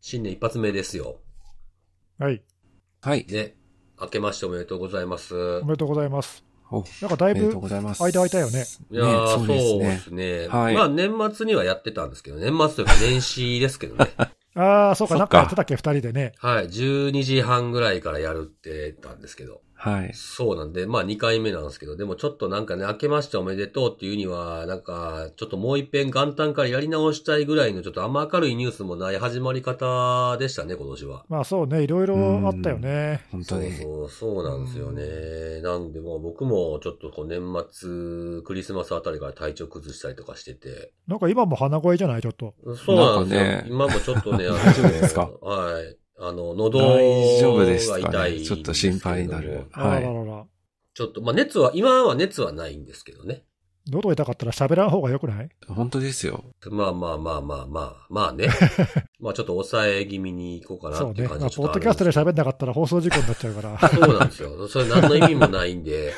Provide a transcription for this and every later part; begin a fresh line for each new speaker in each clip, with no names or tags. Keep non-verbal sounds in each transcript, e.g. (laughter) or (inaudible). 新年一発目ですよ。
はい。
はい。
ね。明けましておめでとうございます。
おめでとうございます。
お、
なんかだ
お
い
めでと
ぶ
うございます。
間空いたよね
いやー、
ね
そう
そ
で
うです
すね。
はい
まあ年末にはやってたんですけど、年末というか年始ですけどね。
ああ、そうか、
そ
なん
っか
かやってたっけ、二人でね。
はい。12時半ぐらいからやるって言ったんですけど。
はい。
そうなんで、まあ2回目なんですけど、でもちょっとなんかね、明けましておめでとうっていうには、なんか、ちょっともう一遍元旦からやり直したいぐらいの、ちょっとあんま明るいニュースもない始まり方でしたね、今年は。
まあそうね、いろいろあったよね。
本当
そう
に。
そう、そうなんですよね。なんで、もう僕もちょっとこう年末、クリスマスあたりから体調崩したりとかしてて。
なんか今も鼻声じゃない、ちょっと。
そうなんですよ。
なんかね
今もちょっ
(laughs)
とね、あの
大丈夫ですか
はい。あの、喉が
大丈夫です
痛
か
いん
ね。
ですけれど
ちょ
も
っと心配になる。
あら
は
ら
い。
らら。
ちょっと、まあ熱は、今は熱はないんですけどね。
喉痛かったら喋らん方が良くない
本当ですよ。
まあまあまあまあまあ、ま
(laughs)
あね。まあちょっと抑え気味に行こうかな
そう
ってい
ね。
う感じは
まあ、
ちょ
ポ
っと
ッ
あ
ド
る
キャス
ん
トで
ですけど
喋んなかったら放送事故になっちゃうから。
そうなんですよ。それ何の意味もないんで。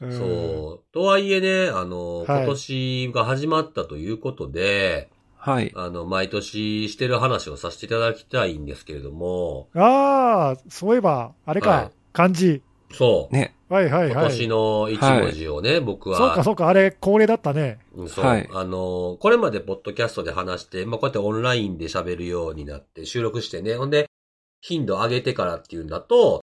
う
(laughs)
ん
そう。とはいえね、あの、
はい
今年が始まったということで、
はい。
あの、毎年してる話をさせていただきたいんですけれども、
ああ、そういえば、あれか、
はい
漢字。
そう。
ね。
はいはい
今
はい。
年の一文字をね、僕は。
そうかそうか、あれ恒例だったね。
うんそう。
はい
あの、これまでポッドキャストで話して、まあ、こうやってオンラインで喋るようになって、収録してね。ほんで、頻度上げてからっていうんだと、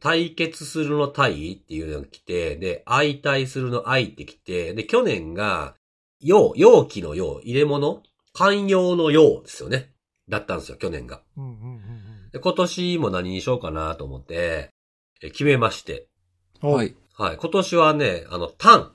対決するの対っていうのが来て、で、相対するの相って来て、で、去年が、容、容器の容、入れ物寛容の容ですよね。だったんですよ、去年が。
うんうんうん
で、今年も何にしようかなと思って、え決めまして。
うん。お
は。い。
はい。今年はね、あの、タン。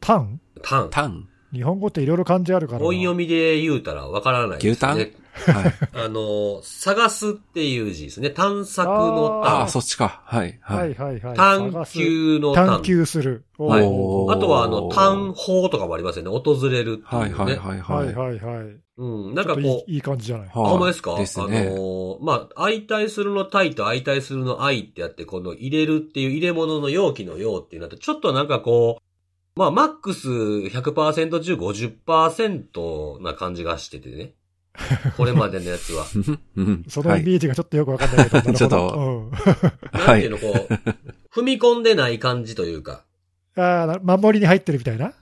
タン
タン。
タン。
日本語っていろいろ漢字あるからな。
音読みで言うたらわからないですね。
牛
(laughs)
はい。
あの、探すっていう字ですね。探索
あ
の
あ、そっちか。はい。
は
はいい。
はいは
探。
い。
探
探す
求の探。
探求する。おー
はい
お
あとは、あの、
おー
探訪とかもありますよね。訪れるっていうね。
はいはいはい
はい
はい。
はいはい。
うん。なん
ち
か
ょっとい
こう、
いいい感じじゃない。
あ
はい
ほんまですか
です
あ
ね。
の、まあ、相対するの対と相対するの愛ってやって、この入れるっていう入れ物の容器の用っていうのと、ちょっとなんかこう、まあ、マックス100%中50%な感じがしててね。これまでのやつは。
うん
その
は
イ
い。
メージがちょっとよくわかんないけど、なるほど
ちょっと
なん
は
ていう
い。
の、こう、踏み込んでない感じというか。
うん、ああ、守りに入ってるみたいな。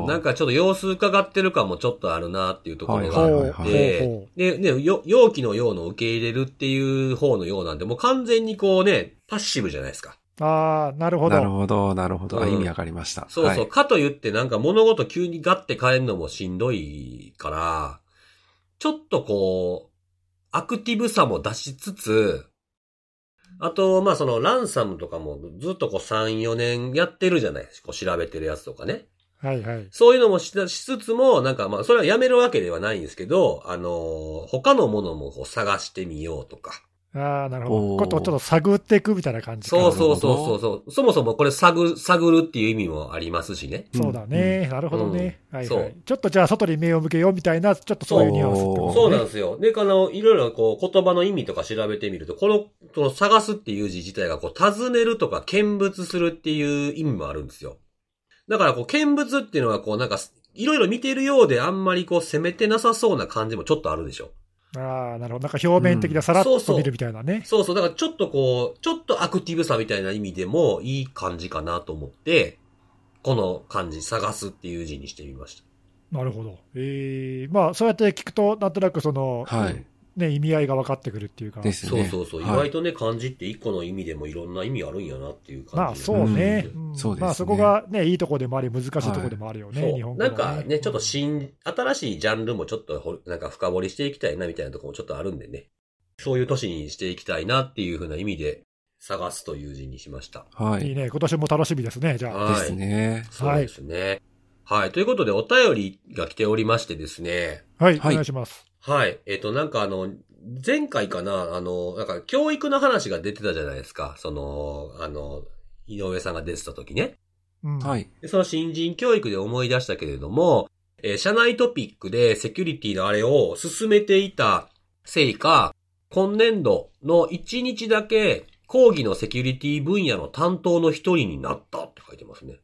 う
ー
んなんかちょっと様子伺ってる感もちょっとあるなっていうところが
はい
あ
は
っ
い
て、
はい
ほうほうほ
で、ね、よ容器のようの受け入れるっていう方のようなんで、もう完全にこうね、パッシブじゃないですか。
うああ、なるほど。
なるほど、なるほど。あ
うん
意味わかりました。
そうそう、
はい。
かといってなんか物事急にガッて変えるのもしんどいから、ちょっとこう、アクティブさも出しつつ、あと、まあそのランサムとかもずっとこう3、4年やってるじゃないですか。こう調べてるやつとかね。
はいはい。
そういうのもししつつも、なんかまあ、それはやめるわけではないんですけど、あのー他のものもこう探してみようとか。
ああ、なるほど。
おー
ことをちょっと探っていくみたいな感じか
そうそう
なる
そう
ほ
そうそう。そもそもこれ探る、探るっていう意味もありますしね。
うん
そうだね。なるほどね。はい
そ
は
う
い。ちょっとじゃあ外に目を向けようみたいな、ちょっとそういうニュアンスってことね
そうなんですよ。で、あの、いろいろこう、言葉の意味とか調べてみると、この、その探すっていう字自体が、こう、尋ねるとか見物するっていう意味もあるんですよ。だから、こう、見物っていうのは、こう、なんか、いろいろ見てるようで、あんまりこう、攻めてなさそうな感じもちょっとあるでしょ。
ああ、なるほど。なんか表面的なさ
う
らっ
んそうそ
と
う
見るみたいなね。
そうそう、だからちょっとこう、ちょっとアクティブさみたいな意味でもいい感じかなと思って、この漢字、探すっていう字にしてみまし
なるほど。ええまあそうやって聞くと、なんとなくその、
はい。
ね、意味合いが分かってくるっていうか。
です
た。
ね。
そうそうそう、
はい
意外とね、漢字って一個の意味でもいろんな意味あるんやなっていう感じ。
まあそうね。
うん
ん
そうですね
まあそこがね、いいとこでもあり、難しいとこでもあるよね、日
そう。
本語
な
の
んかね、ちょっと新、新しいジャンルもちょっとほ、なんか深掘りしていきたいなみたいなところもちょっとあるんでね。そういう年にしていきたいなっていうふうな意味で、探すという字にしました。
はい
い
い。
ね。今年も楽しみですね、じゃあ。
はい
ですね。
そうですね。はい。ということで、お便りが来ておりましてですね。
はい、お
はい
願いします。
はい。えっ、と、なんかあの、前回かな、あの、なんか教育の話が出てたじゃないですか。その、あの、井上さんが出てた時ね。
うん
はい。
でその新人教育で思い出したけれども、えー社内トピックでセキュリティのあれを進めていたせいか、今年度の1日だけ講義のセキュリティ分野の担当の一人になったって書いてますね。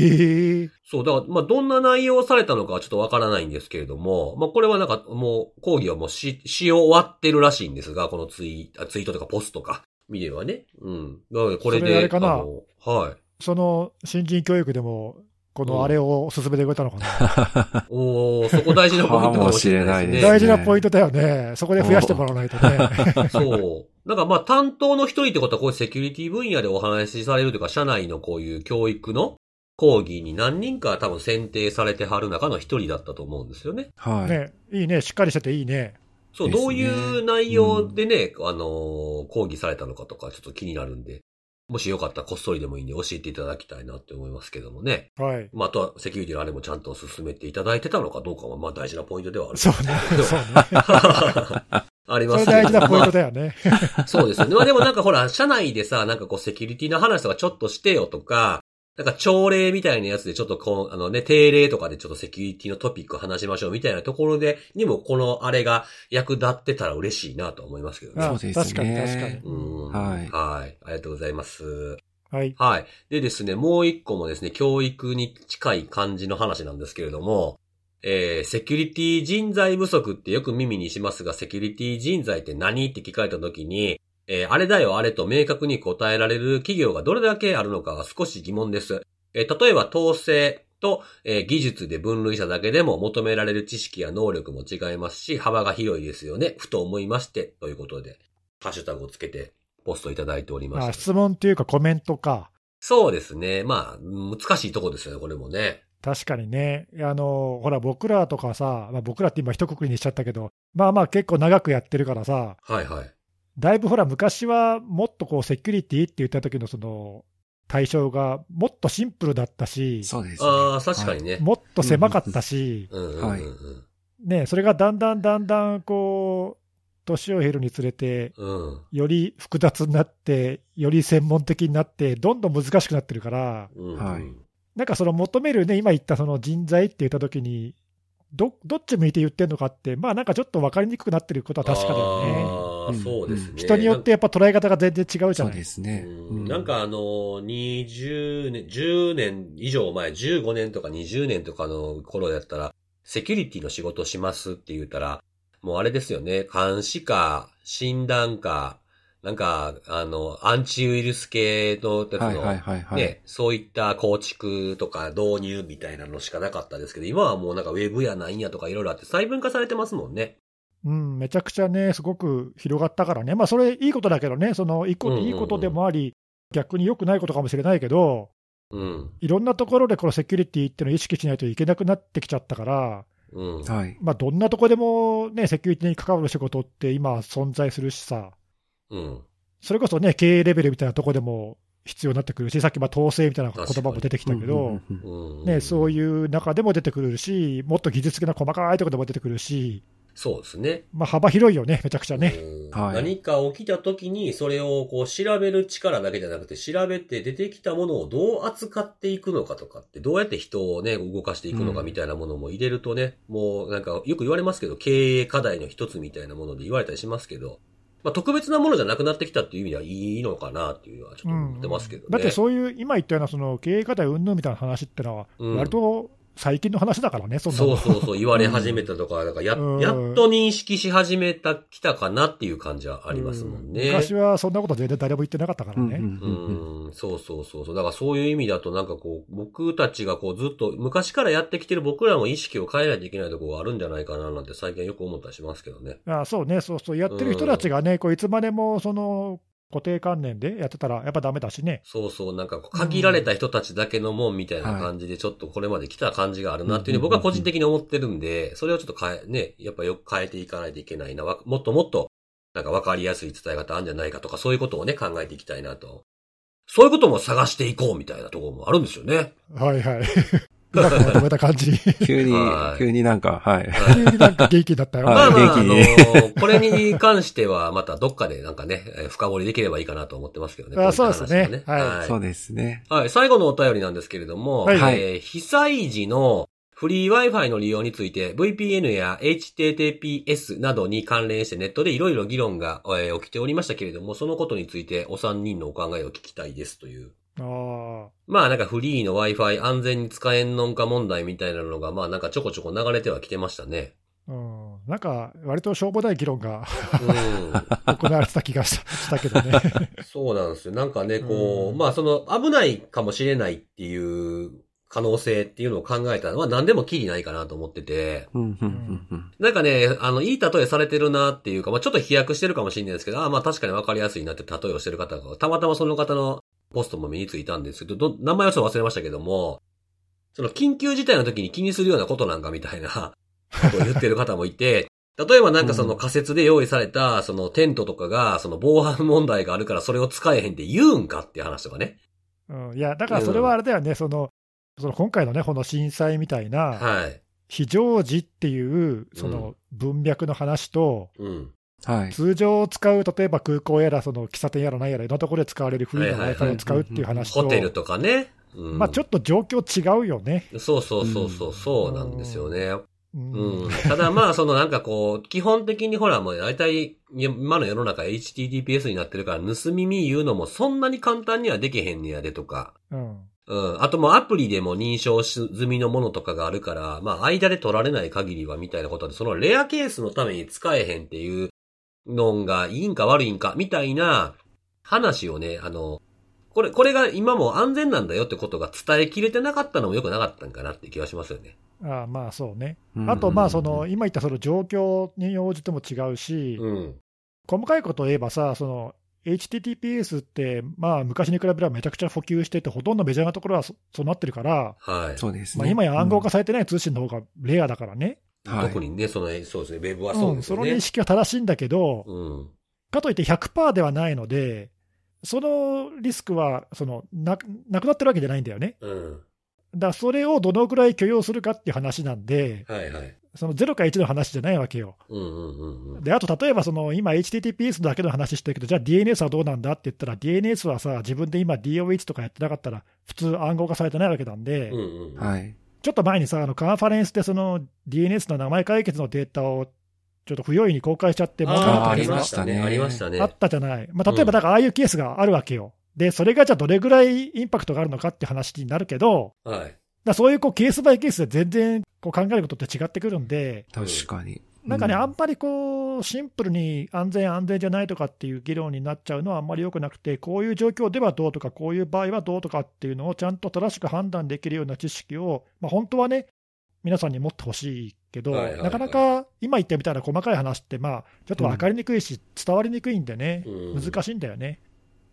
へえ。
そう、だから、まあ、どんな内容をされたのかはちょっとわからないんですけれども、まあ、これはなんか、もう、講義はもうし、し終わってるらしいんですが、このツイあツイートとかポストとか、見ればね。うん。なので、これで、
それあれかな
の、はい。
その新人教育でも、こ
うん
のあれを勧めてくれたのかな。
(laughs)
おーそこ大事なポイントかもしれないですね。
(laughs)
かもしれ
大事なポイントだよね。そこで増やしてもらわないとね。
そう。なんかまあ担当の一人ってことはこういうセキュリティ分野でお話しされるというか、社内のこういう教育の講義に何人か多分選定されてはる中の一人だったと思うんですよね。
は
(laughs)
い。
ね、いいね。しっかりしてていいね。
そう、
ですね
どういう内容でね、あのー講義されたのかとかちょっと気になるんで、もしよかったらこっそりでもいいんで教えていただきたいなって思いますけどもね。
はい。
まあ、あとはセキュリティのあれもちゃんと進めていただいてたのかどうかは、まあ大事なポイントではある。
(laughs) そう
(laughs)
ね。そうね。
(laughs) あり
(laughs) そ
ま
れ
すけど
大事なポイントだよね。
そうですよね。まあでもなんかほら、社内でさ、なんかこうセキュリティの話とかちょっとしてよとか、なんか朝礼みたいなやつでちょっとこう、あのね、定例とかでちょっとセキュリティのトピック話しましょうみたいなところで、にもこのあれが役立ってたら嬉しいなと思いますけど
あ
ね。
そうで
確
すね
かに確かに
う。ん
はい
はい。ありがとうございます。
はい。
はい。でですね、もう一個もですね、教育に近い感じの話なんですけれども、えー、セキュリティ人材不足ってよく耳にしますが、セキュリティ人材って何って聞かれた時に、えー、あれだよあれと明確に答えられる企業がどれだけあるのかが少し疑問です。えー、例えば統制と、えー技術で分類しただけでも求められる知識や能力も違いますし、幅が広いですよね。ふと思いまして、ということで、ハッシュタグをつけてポストいただいておりまし
あ
た。
質問っていうかコメントか。
そうですね。まあ、難しいとこですよね、これもね。
確かにね。あの、ほら、僕らとかさ、まあ、僕らって今一括りにしちゃったけど、まあまあ結構長くやってるからさ、
はいはい。
だいぶほら、昔はもっとこう、セキュリティって言った時のその、対象がもっとシンプルだったし、
そうです、ね。
ああ、確かにね。
もっと狭かったし、
うんうんうんうん
はい
ね、それがだんだんだんだんこう、年を経るにつれて、
うん。
より複雑になって、より専門的になって、どんどん難しくなってるから、
うん。
はい
なんかその求めるね、今言ったその人材って言った時に、どどっち向いて言ってるのかって、まあなんかちょっと分かりにくくなってることは確かだよね。
ああ、そうですね。
人によってやっぱ捉え方が全然違うじゃ
そう
ない
ですね。
うんなんかあの、20年、10年以上前、15年とか20年とかの頃だったら、セキュリティの仕事しますって言ったら、もうあれですよね、監視か、診断か、なんか、あの、アンチウイルス系のやつの、
はいはいはいはい。
ね、そういった構築とか導入みたいなのしかなかったですけど、今はもうなんかウェブやなんやとかいろいろあって細分化されてますもんね。
うん、めちゃくちゃね、すごく広がったからね、まあ、それいいことだけどね、そのいいこ
うんうんうん
いいことでもあり、逆に良くないことかもしれないけど、
うん。
いろんなところでこのセキュリティっていうのを意識しないといけなくなってきちゃったから、
うん。
はい。
まあ、どんなとこでも、ね、セキュリティに関わる仕事って今、存在するしさ、
うん。
それこそね、経営レベルみたいなとこでも必要になってくるし、さっきまあ統制みたいな言葉も出てきたけ
うんうんう
ど
ん、うん
うん。
ね、そう
う。
いう中でも出てくるし、もっと技術的な細かいところでも出てくるし、
そうですね。
まあ、幅広いよね、めちゃくちゃね。
うん
はい
何か起きた時にそれをこう調べる力だけじゃなくて、調べて出てきたものをどう扱っていくのかとかって、どうやって人をね、動かしていくのかみたいなものも入れるとね、もうなんかよく言われますけど、経営課題の一つみたいなもので言われたりしますけど、まあ特別なものじゃなくなってきたっていう意味ではいいのかなっていうのはちょっと思ってますけどね。
だってそういう、今言ったようなその経営課題云々みたいな話ってのは、
うん
割と最近の話だからね、そんな
そ
の
うそうそう、言われ始めたとか、なんかや、
うん
やっと認識し始めた、きたかなっていう感じはありますもんね。
うん昔はそんなこと全然誰も言ってなかったから
うんう
ね。
んうんうん
うん、そうそうそうそう。だからそういう意味だとなんかこう、僕たちがこうずっと、昔からやってきてる僕らも意識を変えないといけないところがあるんじゃないかななんて最近よく思ったりしますけどね。
あそうね、そうそう、やってる人たちがね、こういつまでもその固定観念でやってたら、やっぱダメだしね。
そうそう、なんかこう限られた人たちだけのもんみたいな感じでちょっとこれまで来た感じがあるなっていうふうに僕は個人的に思ってるんで、それをちょっと変え、ね、やっぱよく変えていかないといけないな。わもっともっと、なんかわかりやすい伝え方あるんじゃないかとか、そういうことをね、考えていきたいなと。そういうことも探していこうみたいなところもあるんですよ (laughs) ね。
はいはい。うまくまとめた感じ。急
急に
はい、
急になんか、はい。
になんか元気になったよ。
まあ
はい
まあ、あ
元気
の
に
これに関しては、またどっかでなんかね、えー深掘りできればいいかなと思ってますけどね。こ
あ
いった話も
そうですねはい
はい
そうですね。
はい、最後のお便りなんですけれども、
はい
はい
えー被災時のフリー Wi-Fi の利用について VPN や HTTPS などに関連してネットでいろいろ議論が、えー起きておりましたけれども、そのことについてお三人のお考えを聞きたいですという。
あ
まあなんかフリーの Wi-Fi 安全に使えんのんか問題みたいなのが、まあなんかちょこちょこ流れてはきてましたね。
あ、うん、なんか、割としょうもない議論が (laughs)
う
行われてた気がしたしたけどね。 (laughs)
ん。 (laughs) そうなんですよ。なんかね、こ
う
う、
ん
まあその危ないかもしれないっていう可能性っていうのを考えたら、まあ何でもきりないかなと思ってて。
うん、うん、うん、
なんかね、あの、いい例えされてるなっていうか、まあちょっと飛躍してるかもしれないですけど、あーまあ確かにわかりやすいなって例えをしてる方が、たまたまその方のポストも身についたんですけど、ど名前はちょっと忘れましたけども、その緊急事態の時に気にするようなことなんかみたいなことを言ってる方もいて、例えばなんかその仮説で用意された、そのテントとかが、その防犯問題があるからそれを使えへんって言うんかっていう話とかね。
うん、いや、だからそれはあれだよね、そのその今回のね、この震災みたいな、
はい。
非常時っていうその文脈の話と、
うん。
はい。
通常使う、例えば空港やら、その喫茶店やらなんやら、いろんなところで使われるフリー
は
な
はい
い
はい
Wi-Fi を使うっていう話と、
ホテルとかね。うん。
まあ、ちょっと状況違うよね。
そうそうそうそう、そうなんですよね。
うん
うん。ただまあ、そのなんかこう、基本的にほらもう大体、今の世の中 HTTPS になってるから、盗み見言うのもそんなに簡単にはできへんねやでとか。
うん
うん。あともうアプリでも認証し済みのものとかがあるから、まあ間で取られない限りはみたいなことで、そのレアケースのために使えへんっていうのがいいんか悪いんかみたいな話をね、あの、これ、これが今も安全なんだよってことが伝えきれてなかったのも良くなかったんかなって気がしますよね。
ああまあそうね、
うん
あと、まあそ、
うん
の今言ったその状況に応じても違うし、
うん。
細かいことを言えばさ、その HTTPS って、まあ、昔に比べればめちゃくちゃ普及してて、ほとんどメジャーなところはそそうなってるから、
はい。
そうです
まあ、
ね。
今や暗号化されてない通信の方がレアだからね、、
うんはい
特にね、その、そうですね、ウェブはそううんです
そ
よ
の
ね
認。識は正しいんだけど、
うん。
かといって100%ではないので、そのリスクはそのななくなってるわけじゃないんだよね。
うん。
だからそれをどのぐらい許容するかっていう話なんで、
はいはい。
その0か1の話じゃないわけよ。
うんうんうんうん。
で、あと例えばその今、HTTPS だけの話してるけど、じゃあ DNS はどうなんだって言ったら、DNS はさ、自分で今 DOH とかやってなかったら、普通暗号化されてないわけなんで、
うんうん。
はい。
ちょっと前にさ、あのカンファレンスでその DNS の名前解決のデータをちょっと不用意に公開しちゃって問題
あ
に
あ、
なっ
あ
た
り
じゃ
ま
ないで
し
す
たね。ありましたね。
かあったじゃない。まあ、例えばだからああいうケースがあるわけよ。で、それがじゃあどれぐらいインパクトがあるのかって話になるけど、
はい。
だからそういうこうケースバイケースで全然こう考えることって違ってくるんで、
確かに。
なんかね、
う
あんまりこう、シンプルに安全、安全じゃないとかっていう議論になっちゃうのはあんまり良くなくて、こういう状況ではどうとか、こういう場合はどうとかっていうのをちゃんと正しく判断できるような知識を、まあ、本当はね、皆さんに持ってほしいけど、
はいはいはい
なかなか今言ったみたいな細かい話って、まあ、ちょっと分かりにくいし、伝わりにくいんでね、
うん
難しいんだよね。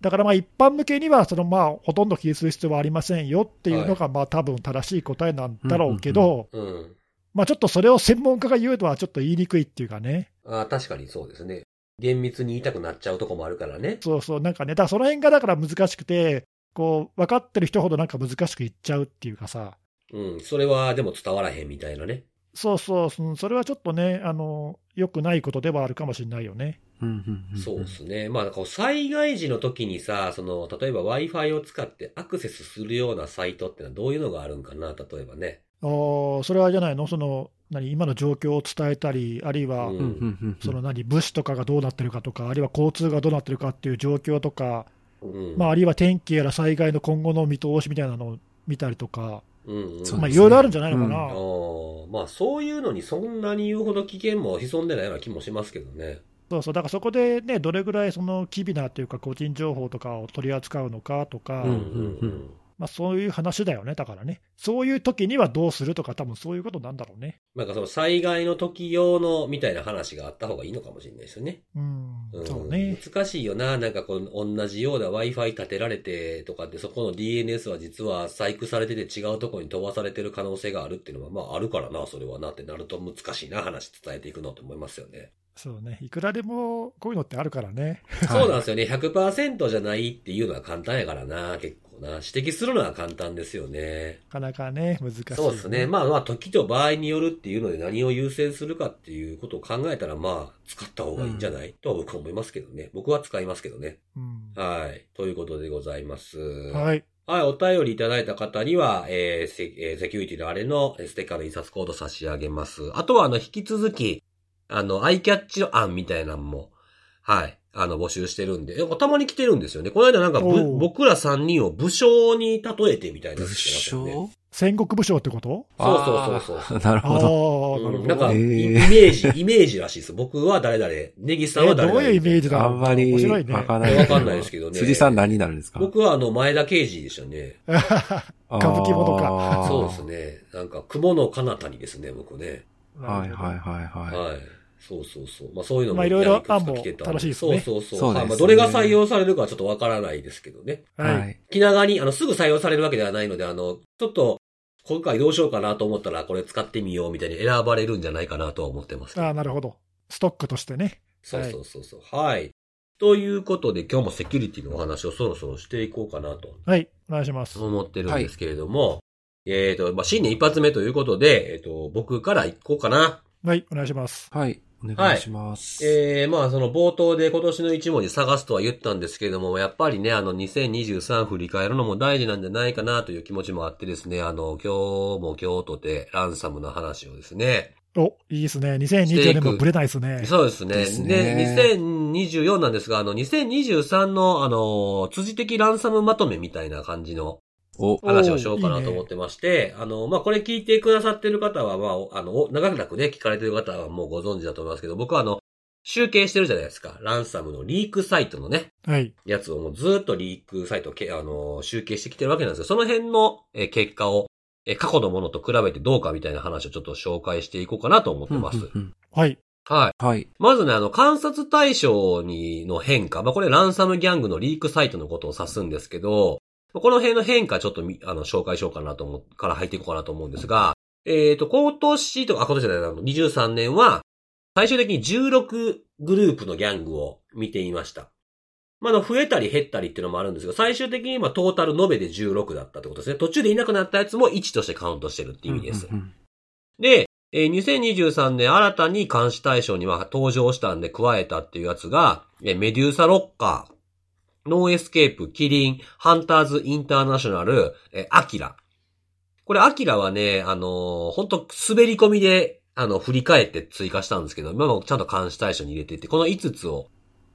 だからまあ一般向けにはそのまあほとんど気にする必要はありませんよっていうのが、まあ多分正しい答えなんだろうけど、
うんう
うん。
まあ、ちょっとそれを専門家が言うのはちょっと言いにくいっていうかね、
ああ、確かにそうですね。厳密に言いたくなっちゃうとこもあるからね。
そうそう、なんかね、だからその辺がだから難しくて、こう分かってる人ほどなんか難しく言っちゃうっていうかさ、
うん。それは、でも伝わらへんみたいなね。
そうそう、うんそれはちょっとね、あの良くないことではあるかもしれないよね。
うんうんうん
そうですね。まあ、こう災害時の時にさ、その、例えば Wi-Fi を使ってアクセスするようなサイトってのはどういうのがあるんかな、例えばね。
あーそれはじゃないの、その何今の状況を伝えたり、あるいは、
うん
うんうんうんうん
その何物資とかがどうなってるかとか、あるいは交通がどうなってるかっていう状況とか、
うん。
まあ、あるいは天気やら災害の今後の見通しみたいなのを見たりとか、
うん、うん。
そう
まあ、い
ですね
ろいろあるんじゃないのかな。
あーまあ、そういうのにそんなに言うほど危険も潜んでないような気もしますけどね。
そうそう、だからそこでね、どれぐらいその機微なというか、個人情報とかを取り扱うのかとか、
うん
うん
まあ、そういう話だよね、だからね、そういう時にはどうするとか、多分そういうことなんだろうね。
なんかその災害の時用のみたいな話があった方がいいのかもしれないですよね。
うん、
うん
そうね。
難しいよな。なんかこの同じような Wi-Fi 立てられてとかって、そこの DNS は実は細工されてて違うところに飛ばされてる可能性があるっていうのは、まああるからな、それはなってなると難しいな、話伝えていくのって思いますよね。
そうね。いくらでもこういうのってあるからね。
はい
そうなんですよね。100%じゃないっていうのは簡単やからな、結構な。指摘するのは簡単ですよね。
なかなかね、難しい、
そうですね。まあまあ、時と場合によるっていうので何を優先するかっていうことを考えたら、まあ、使った方がいいんじゃない、とは僕は思いますけどね。僕は使いますけどね。
うん
はい。ということでございます。はい。
はい。
お便りいただいた方には、えーセえーセキュリティのあれのえーステッカーの印刷コード差し上げます。あとは、あの、引き続き、あの、アイキャッチの案みたいなのも、はい。あの、募集してるんで、なんかたまに来てるんですよね。この間なんかぶ
おう
僕ら3人を武将に例えてみたいな
武
のしてましたよね。
将
戦国武将ってこと
そうそうそうそう。
なる
ああ
ほど。
ー、なるほど。
なんか、
へ
イ
ー
イメージ、イメージらしいです。僕は誰々、ネギさん
え
は誰
ど
々。
ういうイメージだ
あ
ろうん
まり
面白いね。
わから
え
ない。
わかんないですけどね
辻さん何になるんですか
僕はあの、前田慶次でしたね。
歌舞伎ものか
か
そうですね。なんか、雲の彼方にですね、僕ね。
はいはいはいは
はい。そうそうそう。まあそういうのも
まあいろいろ
やりくつか来てたん
案も楽しいですね
そうそうそ。
そううですね
はいまあどれが採用されるかはちょっとわからないですけどね。
い。
はい。はい。
い。
気長に、あの、すぐ採用されるわけではないので、あの、ちょっと、今回どうしようかなと思ったら、これ使ってみようみたいに選ばれるんじゃないかなとは思ってますけど。
ああ、なるほど。ストックとしてね。
そうそうそうそう。はい。ということで、今日もセキュリティのお話をそろそろしていこうかなと
はい。お願いします。
思ってるんですけれども、えっ、と、まあ、新年一発目ということで、えっ、と、僕から行こうかな。
はい。お願いします。
はい。お願いします。
えー、まあその冒頭で今年の一文字探すとは言ったんですけれども、やっぱりね、あの2023振り返るのも大事なんじゃないかなという気持ちもあってですね、あの、今日も今日とてランサムの話をですね。
お、いいですね。2024年もブレないですね。
そうですね。
ですね
で、2024なんですが、あの2023のあの、辻的ランサムまとめみたいな感じの
お、
話をしようか
おーい
ない
ね
と思ってまして、あの、まあ、これ聞いてくださってる方は、まあお、あの、お長らくね、聞かれてる方はもうご存知だと思いますけど、僕はあの、集計してるじゃないですか。ランサムのリークサイトのね、
はい。
やつをもうずっとリークサイトけ、あの、集計してきてるわけなんですけど、その辺のえー結果を、えー過去のものと比べてどうかみたいな話をちょっと紹介していこうかなと思って
うん
ます。
うんうん
はい。
はい。
はい。
まずね、あの、観察対象にの変化。まあ、これランサムギャングのリークサイトのことを指すんですけど、まあこの辺の変化ちょっとみあの、紹介しようかなと思う、から入っていこうかなと思うんですが、えっ、と、今年とか、あ、今年じゃない、あの、23年は、最終的に16グループのギャングを見ていました。まあ、あの、増えたり減ったりっていうのもあるんですが、最終的にまあトータル延べで16だったってことですね。途中でいなくなったやつも1としてカウントしてるっていう意味です。
うんうん
で、えー2023年新たに監視対象には登場したんで加えたっていうやつが、えーメデューサロッカー、ノーエスケープ、キリン、ハンターズインターナショナル、えーアキラ。これアキラはね、あのー、ほんと滑り込みで、あの、振り返って追加したんですけど、今もちゃんと監視対象に入れていて、この5つを、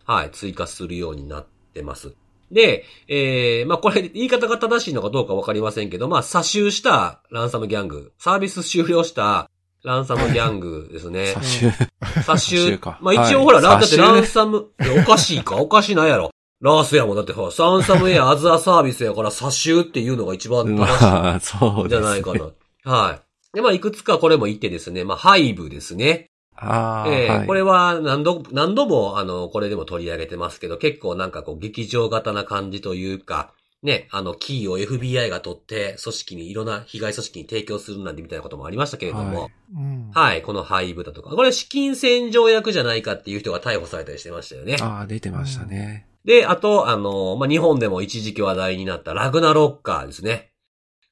はい、追加するようになってます。で、えー、まあ、これ、言い方が正しいのかどうかわかりませんけど、まあ、詐集したランサムギャング、サービス終了したランサムギャングですね。
差し入れ
サ
サ
シ
シ
ュ
ュか
まあ一応ほら、
はい
だって
サシュ
ランサム、いやおかしいか、おかしないやろ。ラースやもん、だってほら、サンサムエア、アズアサービスやから、サシュっていうのが一番正し
(laughs) まあ、そ
いんじ
うで
ゃ
すね。
ないか。な。はい。で、まあ、いくつかこれも言ってですね、まあ、ハイブですね。
ああ、
えー
はい
これは何度、何度も、あの、これでも取り上げてますけど、結構なんかこう、劇場型な感じというか、ね、あの、キーを FBI が取って、組織に、いろんな被害組織に提供するなんてみたいなこともありましたけれども、
はい
うん。
はい、この配布だとか。これ資金洗浄役じゃないかっていう人が逮捕されたりしてましたよね。
ああ、出てましたね。
で、あと、あの、まあ、日本でも一時期話題になったラグナロッカーですね。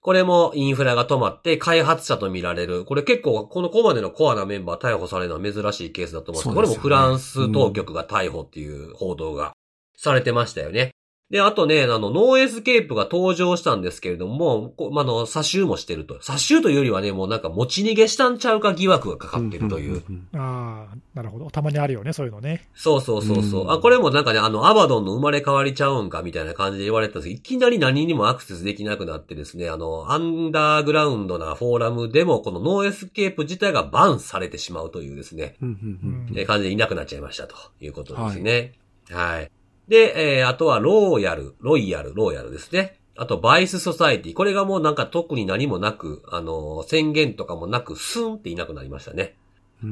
これもインフラが止まって開発者と見られる。これ結構、このここまでのコアなメンバー逮捕されるのは珍しいケースだと思うんですけど、
そう
これ
です
も
よね
フランス当局が逮捕っていう報道がされてましたよね。で、あとね、あの、ノーエスケープが登場したんですけれども、こまあ、あの、詐集もしてると。詐集というよりはね、もうなんか持ち逃げしたんちゃうか疑惑がかかってるという。
んんん
ああ、なるほど。たまにあるよね、そういうのね。
そうそうそうそう、
うん
あ、これもなんかね、あの、アバドンの生まれ変わりちゃうんかみたいな感じで言われてたんですけど、いきなり何にもアクセスできなくなってですね、あの、アンダーグラウンドなフォーラムでも、このノーエスケープ自体がバンされてしまうというですね、
うんうんうん
うん
えー感じでいなくなっちゃいましたということですね。はい。で、えーあとはローヤル、ロイヤル、ローヤルですね。あと、バイスソサエティ。これがもうなんか特に何もなく、あのー宣言とかもなく、スンっていなくなりましたね。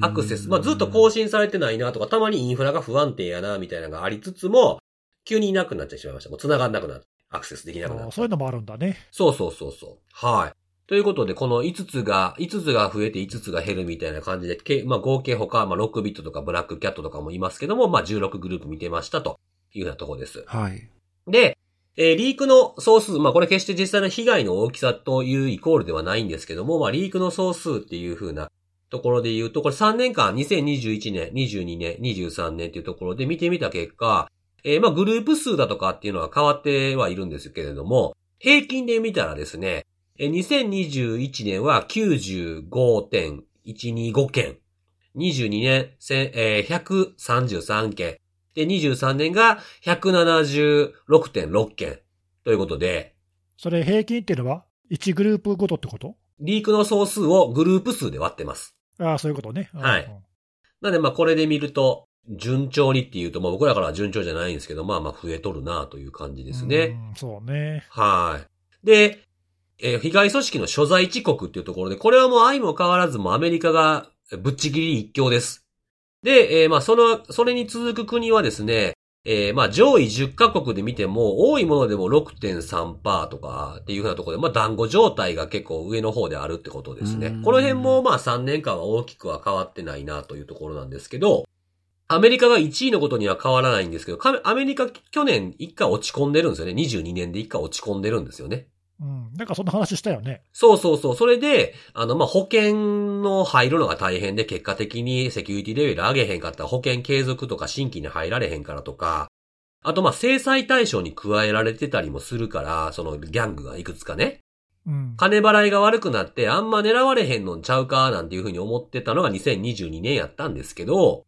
アクセス。まあ、ずっと更新されてないなとか、たまにインフラが不安定やな、みたいなのがありつつも、急にいなくなってしまいました。もう繋がんなくなって、アクセスできなくな
あ
っ
ー
た。
そういうのもあるんだね。
そうそうそうそう。はい。ということで、この5つが、5つが増えて5つが減るみたいな感じで、けまあ、合計他、まあ、6ビットとかブラックキャットとかもいますけども、まあ、16グループ見てましたというようなところです。
はい。
で、えーリークの総数、まあこれ決して実際の被害の大きさというイコールではないんですけども、まあリークの総数っていう風なところで言うと、これ3年間、2021年、22年、23年っていうところで見てみた結果、えーまあグループ数だとかっていうのは変わってはいるんですけれども、平均で見たらですね、えー2021年は95.125件、22年、せんえー133件、で、23年が176.6件ということで、
それ平均っていうのは、1グループごとってこと
リークの総数をグループ数で割ってます。
ああ、そういうことね。うん
はいなんでまあこれで見ると、順調にっていうと、まあ僕らからは順調じゃないんですけど、まあまあ増えとるなという感じですね。。
うんそうね。
はい。で、えー被害組織の所在地国っていうところで、これはもう相も変わらずもうアメリカがえーぶっちぎり一強です。で、えーまあその、それに続く国はですね、えーまあ上位10カ国で見ても、多いものでも6.3%とかっていうふうなところで、まあ団子状態が結構上の方であるってことですね
うん。
この辺もまあ3年間は大きくは変わってないなというところなんですけど、アメリカが1位のことには変わらないんですけど、かアメリカ去年1回落ち込んでるんですよね。22年で1回落ち込んでるんですよね。
うん。なんかそんな話したよね。
そうそうそう。それで、あの、まあ、保険の入るのが大変で、結果的にセキュリティレベル上げへんかったら保険継続とか新規に入られへんからとか、あと、まあ、制裁対象に加えられてたりもするから、そのギャングがいくつかね、
うん。
金払いが悪くなってあんま狙われへんのんちゃうか、なんていうふうに思ってたのが2022年やったんですけど、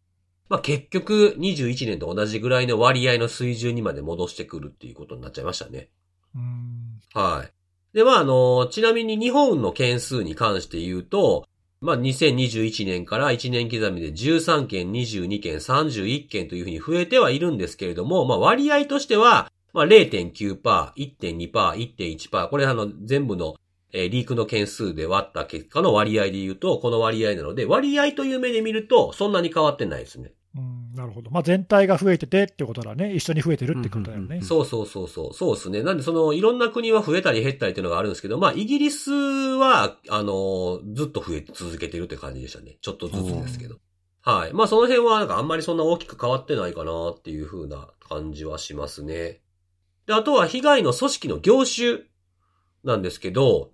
まあ、結局、21年と同じぐらいの割合の水準にまで戻してくるっていうことになっちゃいましたね。
うん。
はい。で、まあ、あの、ちなみに日本の件数に関して言うと、まあ、2021年から1年刻みで13件、22件、31件というふうに増えてはいるんですけれども、まあ、割合としては、まあ、0.9%、1.2%、1.1%、これあの、全部の、えーリークの件数で割った結果の割合で言うと、この割合なので、割合という目で見ると、そんなに変わってないですね。
うん、なるほど。まあ、全体が増えててってことだね。一緒に増えてるってことだよ
うんうんうん
ね
うん。
そうそうそうそう。そうですね。なんで、その、いろんな国は増えたり減ったりっていうのがあるんですけど、まあ、イギリスは、あの、ずっと増え続けてるって感じでしたね。ちょっとずつですけど。はい。まあ、その辺は、なんか、あんまりそんな大きく変わってないかなっていう風な感じはしますね。で、あとは、被害の組織の業種なんですけど、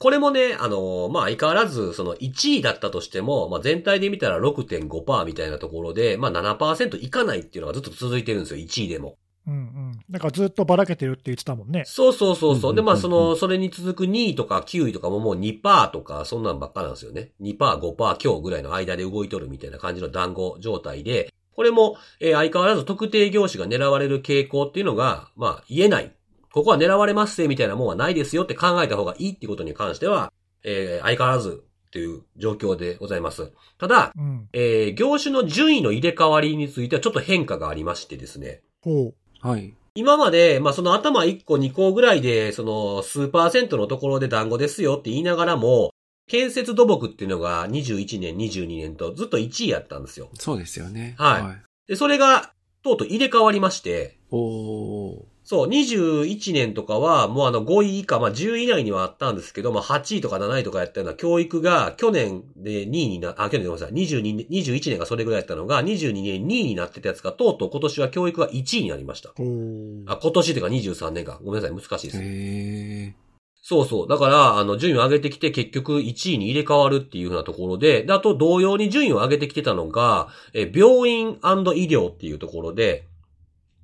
これもね、あの、まあ、相変わらず、その1位だったとしても、まあ、全体で見たら6.5%みたいなところで、まあ、7%いかないっていうのがずっと続いてるんですよ、1位でも。
うんうん。なんかずっとばらけてるって言ってたもんね。
そうそうそうそう。で、まあ、
うんうん
そ
うんうん
の、それに続く2位とか9位とかももう2%とか、そんなんばっかなんですよね。2%、5%、今日ぐらいの間で動いとるみたいな感じの団子状態で、これも、えー相変わらず特定業種が狙われる傾向っていうのが、まあ、言えない。ここは狙われますぜ、みたいなもんはないですよって考えた方がいいっていうことに関しては、えー相変わらずっていう状況でございます。ただ、
うん。
えー業種の順位の入れ替わりについてはちょっと変化がありましてですね。
ほう。
はい。
今まで、まあ、その頭1個2個ぐらいで、その、数パーセントのところで団子ですよって言いながらも、建設土木っていうのが21年、22年とずっと1位やったんですよ。
そうですよね。
はい
い。
で、それが、とうとう入れ替わりまして、
おー。
そう、21年とかは、もうあの、5位以下、まあ、10位以内にはあったんですけど、まあ、8位とか7位とかやったような教育が、去年で2位にな、あ、去年ごめんなさい、22 21年がそれぐらいやったのが、22年2位になってたやつが、とうとう今年は教育が1位になりました。
ほう。
あ、今年というか23年か。ごめんなさい、難しいです。
へ
そうそう。だから、あの、順位を上げてきて、結局1位に入れ替わるっていうふうなところで、であと同様に順位を上げてきてたのが、え、病院医療っていうところで、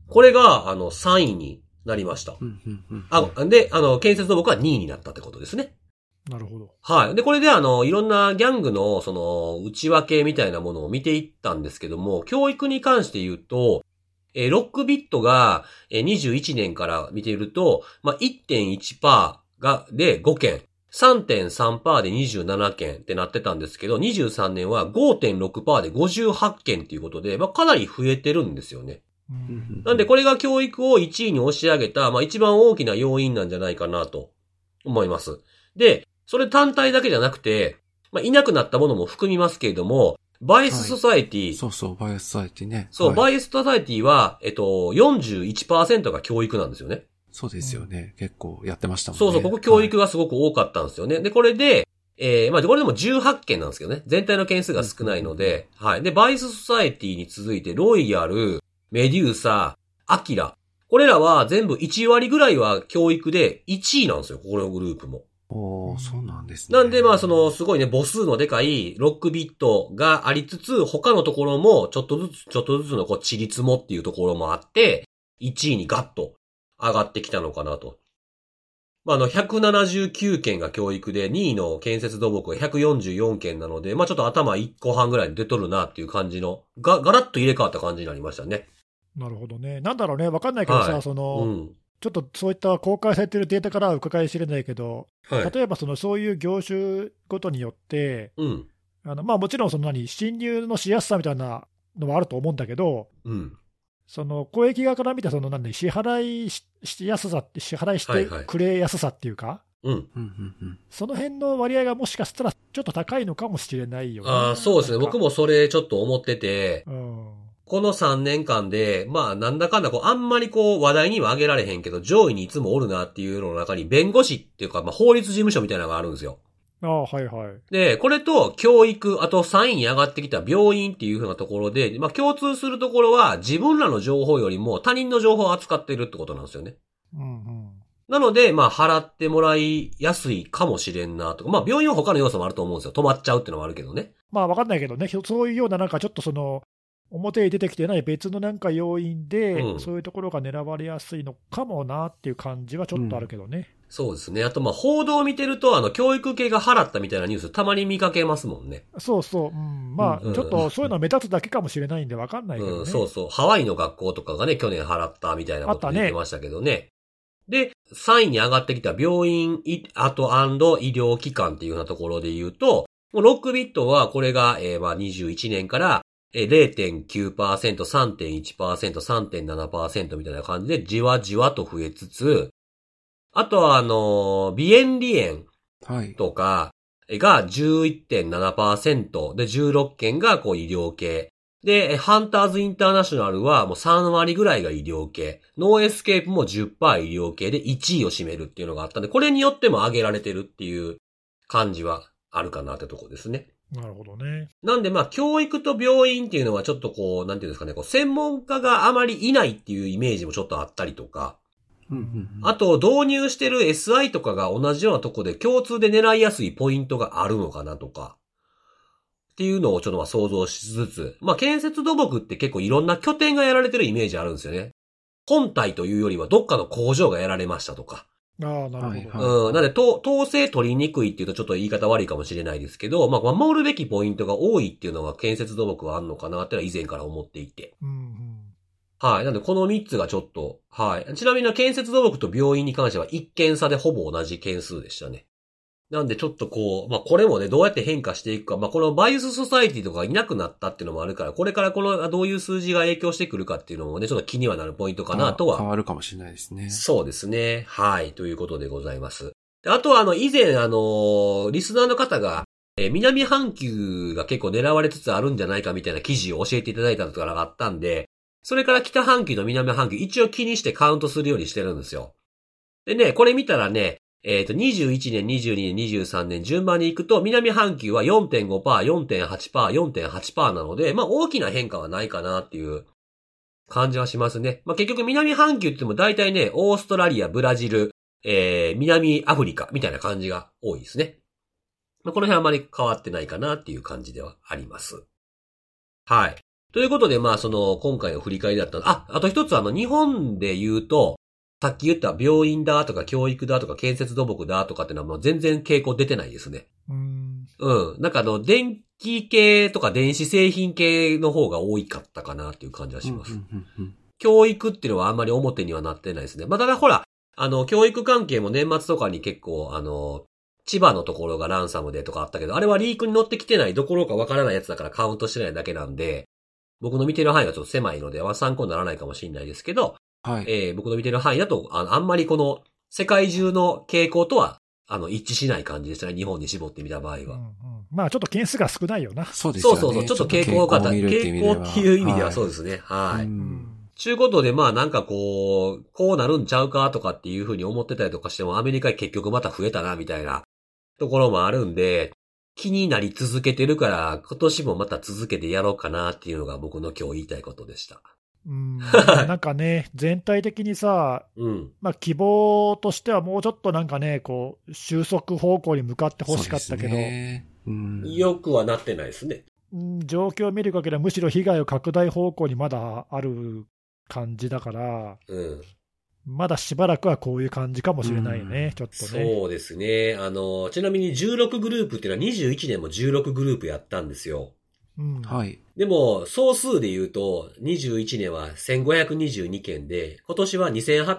これが、あの、3位になりました
ー。。うんうんうん
あ、で、あの、建設の僕は2位になったってことですね。
なるほど。
はい。で、これであの、いろんなギャングの、その、内訳みたいなものを見ていったんですけども、教育に関して言うと、えーロックビットが、えー21年から見ていると、まあ、1.1%が、で5件、3.3%で27件ってなってたんですけど、23年は5.6%で58件っていうことで、まあ、かなり増えてるんですよね。
う。
うんん
なんでこれが教育を1位に押し上げた、まあ一番大きな要因なんじゃないかなと思います。で、それ単体だけじゃなくて、まあいなくなったものも含みますけれども、バイスソサエティ、
そうそう、バイアスサイティね。
そう、
イ
バイスソサエティは、えっと、41%が教育なんですよね。
そうですよね。結構やってましたもんね。
そうそう、ここ教育がすごく多かったんですよね。で、これで、えー、まあ、これでも18件なんですけどね。全体の件数が少ないので、はい。で、バイスソサエティに続いて、ロイヤル、メデューサ、アキラ。これらは全部1割ぐらいは教育で1位なんですよ、ここのグループも。
おー、そうなんですね。
なんで、まあ、その、、すごいね、母数のでかいロックビットがありつつ、他のところも、ちょっとずつ、ちょっとずつの、こう、ちりつもっていうところもあって、1位にガッと上がってきたのかなと。まあ、あの、179件が教育で、2位の建設土木が144件なので、まあ、ちょっと頭1個半ぐらいに出とるなっていう感じの、が、ガラッと入れ替わった感じになりましたね。
なるほどね。なんだろうね、わかんないけどさ、
はい
そうの、
ん。
ちょっとそういった公開されてるデータからは伺い知れないけど、
はい。
例えばそのそういう業種ごとによって、
うん。
あのまあ、もちろんその何、侵入のしやすさみたいなのはあると思うんだけど、
うん。
その公益側から見たその何、支払いししやすさって、支払いし
は
て
いはい
くれやすさっていうか、
うん。
うんうんうん。
その辺の割合がもしかしたらちょっと高いのかもしれないよね。
ああ、そうですね。僕
も、
もそれちょっと思ってて、
うん
この3年間で、まあ、なんだかんだ、こう、あんまりこう、話題には上げられへんけど、上位にいつもおるなっていうのの中に、弁護士っていうか、まあ、法律事務所みたいなのがあるんですよ。
ああ、はいはい。
で、これと教育、あと3位に上がってきた病院っていう風なところで、まあ共通するところは自分らの情報よりも他人の情報を扱ってるってことなんですよね。
うんうん。
なので、まあ払ってもらいやすいかもしれんなとか、まあ病院は他の要素もあると思うんですよ。止まっちゃうっていうのもあるけどね。
まあ分かんないけどね、ひょそういうようななんかちょっとその、表に出てきてない別のなんか要因で、
うん
そういうところが狙われやすいのかもなっていう感じはちょっとあるけどね。
そうですね。あとまあ報道を見てると、あの教育系が払ったみたいなニュースたまに見かけますもんね。
そうそう、うん、ま
うん
あ、ちょっとそういうのは目立つだけかもしれないんで分かんないけどね。
うん、そうそう。ハワイの学校とかがね、去年払ったみたいなこと
あったね
言ってましたけどね。で、3位に上がってきた病院、いあと医療機関っていうようなところで言うと、もうロックビットはこれが、えーまあ、21年から、えー0.9%、3.1%、3.7%みたいな感じでじわじわと増えつつ、あとはあのー鼻炎離炎
はい。
とかが11.7%で16件がこう医療系。で、ハンターズインターナショナルはもう3割ぐらいが医療系。ノーエスケープも10%医療系で1位を占めるっていうのがあったんで、これによっても上げられてるっていう感じはあるかなってとこですね。
なるほどね。
なんでまあ教育と病院っていうのはちょっとこう、なんていうんですかね、こう専門家があまりいないっていうイメージもちょっとあったりとか、
うんうんうん。
あと導入してる SI とかが同じようなとこで共通で狙いやすいポイントがあるのかなとか、っていうのをちょっとまあ想像しつつ、まあ建設土木って結構いろんな拠点がやられてるイメージあるんですよね。本体というよりはどっかの工場がやられましたとか。
ああ、なるほど。
はいはい
うん。なんで、と統制取りにくいっていうとちょっと言い方悪いかもしれないですけど、まあ守るべきポイントが多いっていうのは建設土木はあるのかなっていうのは以前から思っていて。
うんうん
はい。なんで、この3つがちょっと、はい。ちなみに建設土木と病院に関しては1件差でほぼ同じ件数でしたね。なんで、ちょっとこう、まあ、これもね、どうやって変化していくか。まあ、このバイオスソサイティとかがいなくなったっていうのもあるから、これからこの、どういう数字が影響してくるかっていうのもね、ちょっと気にはなるポイントかなと
変
は。
わるかもしれないですね。
そうですね。はい。ということでございます。であとは、あの、以前、あのーリスナーの方が、えー南半球が結構狙われつつあるんじゃないかみたいな記事を教えていただいたのとかがあったんで、それから北半球と南半球、一応気にしてカウントするようにしてるんですよ。でね、これ見たらね、えっ、と、21年、22年、23年、順番に行くと、南半球は4.5%、4.8%、4.8%なので、まあ大きな変化はないかなっていう感じはしますね。まあ結局南半球って言っても大体ね、オーストラリア、ブラジル、えー、南アフリカみたいな感じが多いですね。まあこの辺あまり変わってないかなっていう感じではあります。はい。ということで、まあその、今回の振り返りだったのあ、あと一つあの、日本で言うと、さっき言った病院だとか教育だとか建設土木だとかっていうのはもう全然傾向出てないですね。
うん
うん。なんかあの、電気系とか電子製品系の方が多かったかなっていう感じはします。
うんうんうんうん
教育っていうのはあんまり表にはなってないですね。まあ、ただほら、あの、教育関係も年末とかに結構、あの、千葉のところがランサムでとかあったけど、あれはリークに乗ってきてないどころかわからないやつだからカウントしてないだけなんで、僕の見てる範囲はちょっと狭いので、あんま参考にならないかもしれないですけど、
はい。
えー僕の見てる範囲だと、あのあんまりこの世界中の傾向とは、あの、一致しない感じでしたね。日本に絞ってみた場合
うんう
は。
ん、まあちょっと件数が少ないよな。
そうです
そ
よ
う
ね。
そうそう。ちょっと傾向が
ちょっと
方、
見るって
傾向っていう意味ではそうですね。はい。
う
うんん
ちゅうことで、まあなんかこう、こうなるんちゃうかとかっていうふうに思ってたりとかしても、アメリカ結局また増えたな、みたいなところもあるんで、気になり続けてるから、今年もまた続けてやろうかなっていうのが僕の今日言いたいことでした。
うん、なんかね、全体的にさ、
うん。
まあ、希望としてはもうちょっとなんかね、こう収束方向に向かってほしかったけ
そう
ど、
ですねうん
よくはなってないですね。
うん状況を見る限りはむしろ被害を拡大方向にまだある感じだから、
うん。
まだしばらくはこういう感じかもしれないね、
うん
ちょっとね。
そうですね。あの、ちなみに16グループっていうのは21年も16グループやったんですよ。
うん
はい。
でも、総数で言うと、21年は1522件で、今年は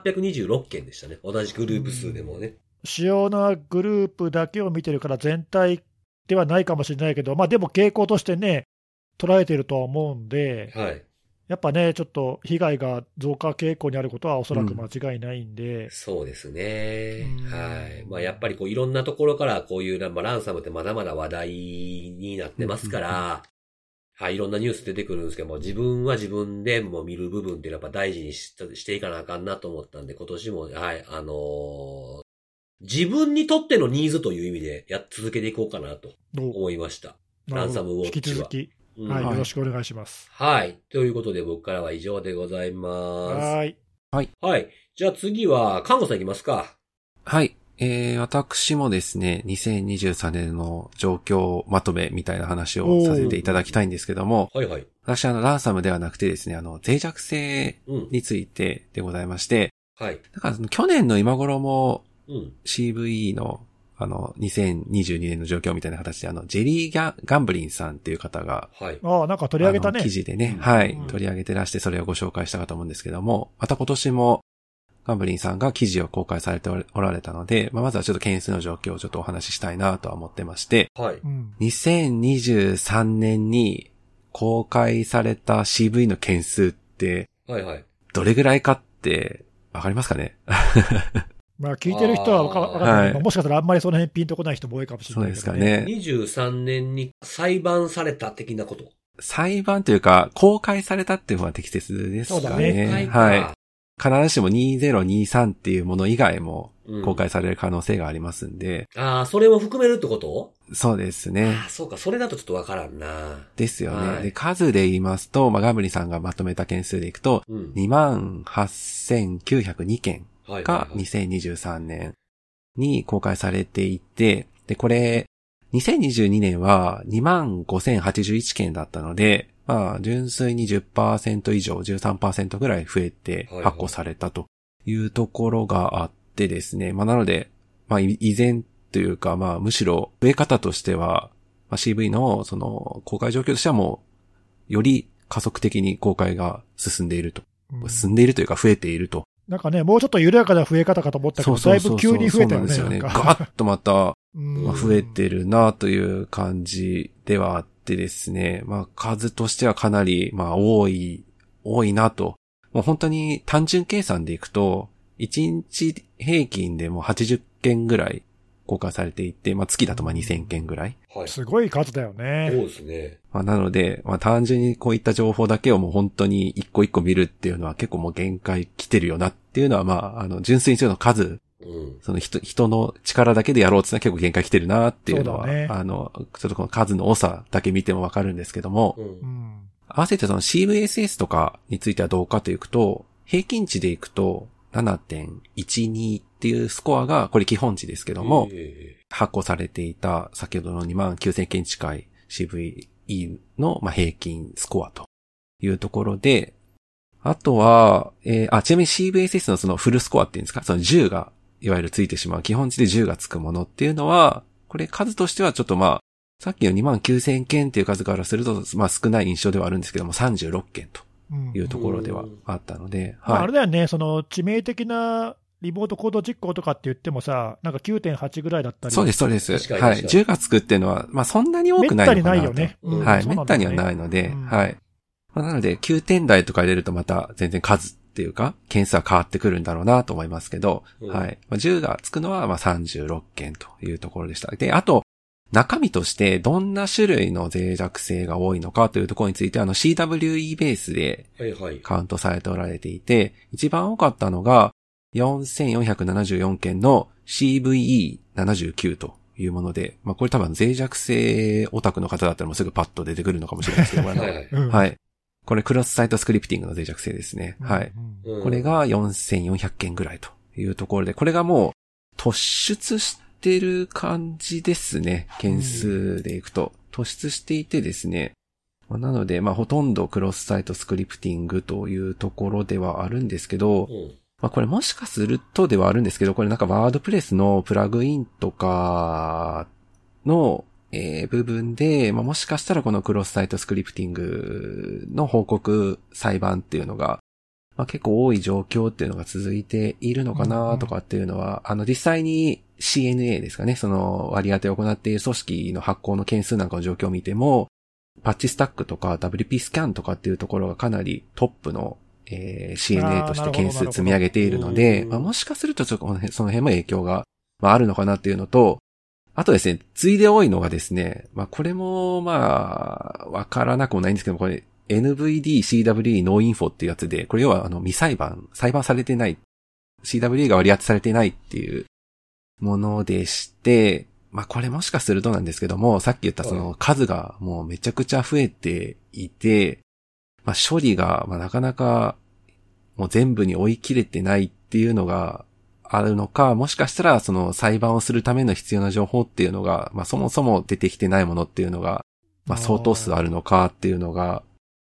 2826件でしたね。同じグループ数でもね。
主要なグループだけを見てるから、全体ではないかもしれないけど、まあ、でも傾向としてね、捉えてるとは思うんで、
はい。
やっぱね、ちょっと被害が増加傾向にあることはおそらく間違いないんで、
そうですね
うん。
はい。まあやっぱりこういろんなところからこういうな、まあ、ランサムってまだまだ話題になってますから、はい、いろんなニュース出てくるんですけども、自分は自分でも見る部分っていうのはやっぱ大事にししていかなあかんなと思ったんで、今年も、はい、あのー自分にとってのニーズという意味でやっ続けていこうかなと
どう
思いました。
なるほど
ランサムウォッチは
引き続き、
うん
はい、
は
よ
い
ろしくお願いします。
はい。ということで僕からは以上でございま
はい。
す。はい。じゃあ次は、看護さんいきますか。
はい。えー、私もですね、2023年の状況まとめみたいな話をさせていただきたいんですけども、
はいはい。
私あの、ランサムではなくてですね、あの、脆弱性
うん。
についてでございまして、
はい。
だからその去年の今頃も
うん。
CVE のあの、2022年の状況みたいな形で、あの、ジェリーギャ・ガンブリンさんっていう方が、
はい。
ああ、なんか取り上げた
あの
ね
記。事でね
う、ん
はい
うん、
取り上げてらしてそれをご紹介したかと思うんですけども、また今年も、ガンブリンさんが記事を公開されておられたので、まあ、まずはちょっと件数の状況をちょっとお話ししたいなとは思ってまして、
はい。
うん、
2023年に公開された CV の件数って、
はいはい。
どれぐらいかって、わかりますかね
まあ、聞いてる人はわか
あー
わかんないけど、
はい
もしかしたらあんまりその辺ピンとこない人も多いかもしれ
そう
ない
で
け
す
ど
か
ね。
ね。
23年に裁判された的なこと。
裁判というか、公開されたっていうのは適切です
そう
か
だ
ね。
ね
はい。必ずしも2023っていうもの以外も
い
公。開される可能性がありますんで、
ああ、それも含めるってこと
そうですね
あ。あ、そうか、それだとちょっとわからんな。
ですよね。
はい
で、数で言いますと、まあ、ガムリさんがまとめた件数でいくと、
うん。
28,902件
はい
が
はいはい
2023年に公開されていて、で、これ、2022年は25,081件だったので、まあ、純粋に10%以上、13%ぐらい増えて
はいはい
発行されたというところがあってですね、まあ、なので、まあ、い依然というか、まあ、むしろ増え方としては、まあ、CV のその公開状況としてはもう、より加速的に公開が進んでいると。
うん
進んでいるというか増えていると。
なんかね、もうちょっと緩やかな増え方かと思ったけど、だいぶ急に増えたよね。
そうなんですよね。
な
ガ
ん
ー
か
ッとまたま
う
あ
ん
増えてるなという感じではあってですね。まあ数としてはかなり、まあ多い、多いなと。もう本当に単純計算でいくと、1日平均でもう80件ぐらい公開されていて、まあ月だとまあ2000件ぐらい。
はい。そ
すごい数だよ
う
ね。
ですね。
まあ、なので、まあ、単純にこういった情報だけをもう本当に一個一個見るっていうのは結構もう限界来てるよなっていうのは、まあ、あの、純粋にその数、
うん。
その人、人の力だけでやろうっていうのは結構限界来てるなっていうの
そ
は、
うだね
あの、ちょっとこの数の多さだけ見てもわかるんですけども、
うん
う。ん。
合わせてその CVSS とかについてはどうかというと、平均値でいくと7.12っていうスコアが、これ基本値ですけども、
え
発行されていた先ほどの2万9000件近い CVE のまあ平均スコアというところで、あとは、えーあ、ちなみに CVSS のそのフルスコアっていうんですか、その10が、いわゆるついてしまう、基本値で10がつくものっていうのは、これ数としてはちょっとまあ、さっきの2万9000件っていう数からすると、まあ少ない印象ではあるんですけども、36件と
うん
いうところではあったので、
まああ
は
れだよね、その致命的なリモート行動実行とかって言ってもさ、なんか9.8ぐらいだった
い。
り、
そうです、そうです。
確かに
はい。
確かに
10がつくっていうのは、まあそんなに多
めっ
くない
た
のかなと。
にないよね。
うん
はい。
そ
め
うな
っ
んだ
た
よ
に
ね
はないので、
うん
はい。まあなので、9点台とか入れるとまた全然数っていうか、件数は変わってくるんだろうなと思いますけど、
うん
はい。まあ、10がつくのはまあ36件というところでした。で、あと、中身としてどんな種類の脆弱性が多いのかというところについて、あの CWE ベースで
えはいはい。
カウントされておられていて、一番多かったのが4474件の CVE79 というもので、まあこれ多分脆弱性オタクの方だったらもうすぐパッと出てくるのかもしれないですけど、
はいはい。
うん
はい。これクロスサイトスクリプティングの脆弱性ですね。はい。
うん
うん
これ、が4400件ぐらいというところで、これがもう突出してる感じですね。件数でいくと。突出していてですね。まあなので、まあほとんどクロスサイトスクリプティングというところではあるんですけど
う、ん。
まあこれもしかするとではあるんですけど、これなんかワードプレスのプラグインとかのえー部分で、まあ、もしかしたらこのクロスサイトスクリプティングの報告裁判っていうのが、まあ、結構多い状況っていうのが続いているのか
うんう
なんとかっていうのは、あの実際に CNA ですかね、その割り当てを行っている組織の発行の件数なんかの状況を見ても、パッチスタックとか WP スキャンとかっていうところがかなりトップの、えー CNA として件数積み上げているので、
あーなるほどなるほど
まあ、もしかするとちょっとこの辺その辺も影響が、まあ、あるのかなっていうのと、あとですね、ついで多いのがですね、まあこれもまあ、わからなくもないんですけど、これ NVDCWE ノーインフォっていうやつで、これ要はあの未裁判、裁判されてない、CWE が割り当てされてないっていうものでして、まあこれもしかするとなんですけども、さっき言ったその数がもうめちゃくちゃ増えていて、まあ処理がまあなかなかもう全部に追い切れてないっていうのが、あるのか、もしかしたらその裁判をするための必要な情報っていうのが、まあそもそも出てきてないものっていうのが、まあ相当数あるのかっていうのが、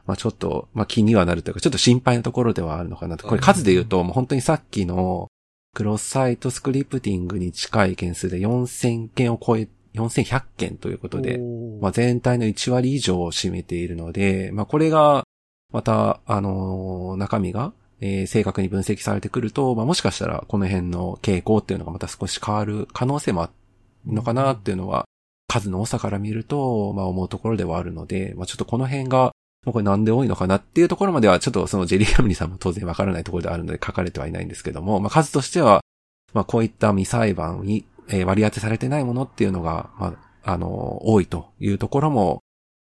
まあちょっと、まあ気にはなるというか、ちょっと心配なところではあるのかなと。これ数で言うと、もう本当にさっきのクロスサイトスクリプティングに近い件数で4000件を超え、4100件ということで、
おー
まあ、全体の1割以上を占めているので、まあ、これが、また、あのー中身が、えー正確に分析されてくると、まあ、もしかしたらこの辺の傾向っていうのがまた少し変わる可能性もあるのかなっていうのは、数の多さから見ると、まあ、思うところではあるので、まあ、ちょっとこの辺が、まあこれなんで多いのかなっていうところまでは、ちょっとそのジェリー・アムニさんも当然わからないところではあるので書かれてはいないんですけども、まあ、数としては、まあ、こういった未裁判にえー割り当てされてないものっていうのが、まあ、あの、多いというところも、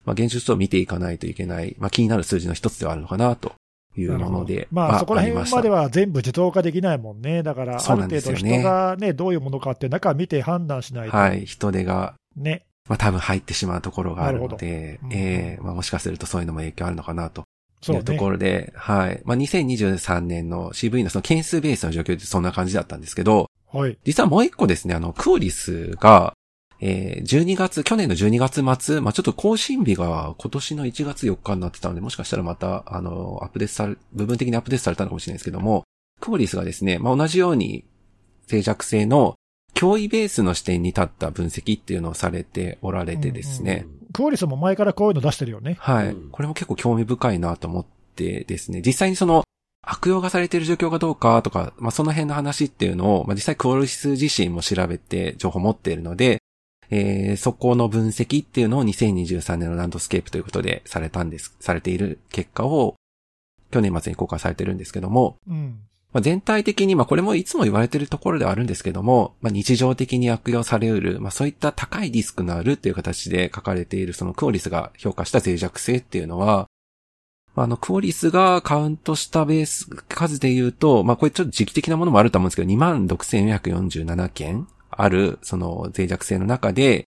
まあ、現実を見ていかないといけない、まあ、気になる数字の一つではあるのかなというも
な
の
る
で
ほ、どまあ、そこら辺
り
まで
した
は全部自動化できないもんね。だから、
そ
あ
う
る
なんで
程
す
度
よね
人がね、どういうものかって中見て判断しないと。
はい、人手が、
ね。
まあ、多分入ってしまうところがあるので、
なるほどうん
ええまあ、もしかするとそういうのも影響あるのかなと
そ
いううと
ね。
ころで、はい。まあ、2023年の CV のその件数ベースの状況ってそんな感じだったんですけど、
はい。
実はもう一個ですね、あの、クオリスが、えー、12月、去年の12月末、まあ、ちょっと更新日が今年の1月4日になってたので、もしかしたらまた、あの、アップデートされ、部分的にアップデートされたのかもしれないですけども、クオリスがですね、まあ、同じように、脆弱性の脅威ベースの視点に立った分析っていうのをされておられてですね、
クオリスも前からこういうの出してるよね。
はい、
うん
これも結構興味深いなと思ってですね、実際にその、悪用がされている状況がどうかとか、まあ、その辺の話っていうのを、まあ、実際クオリス自身も調べて情報を持っているので、えー、そこの分析っていうのを2023年のランドスケープということでされたんです、されている結果を、去年末に公開されてるんですけども、
うん。
まあ、全体的に、まあこれもいつも言われてるところではあるんですけども、まあ日常的に悪用されうる、まあそういった高いリスクのあるという形で書かれているそのクオリスが評価した脆弱性っていうのは、まああのクオリスがカウントしたベース数で言うと、まあこれちょっと時期的なものもあると思うんですけど、26,447件あるその脆弱性の中で、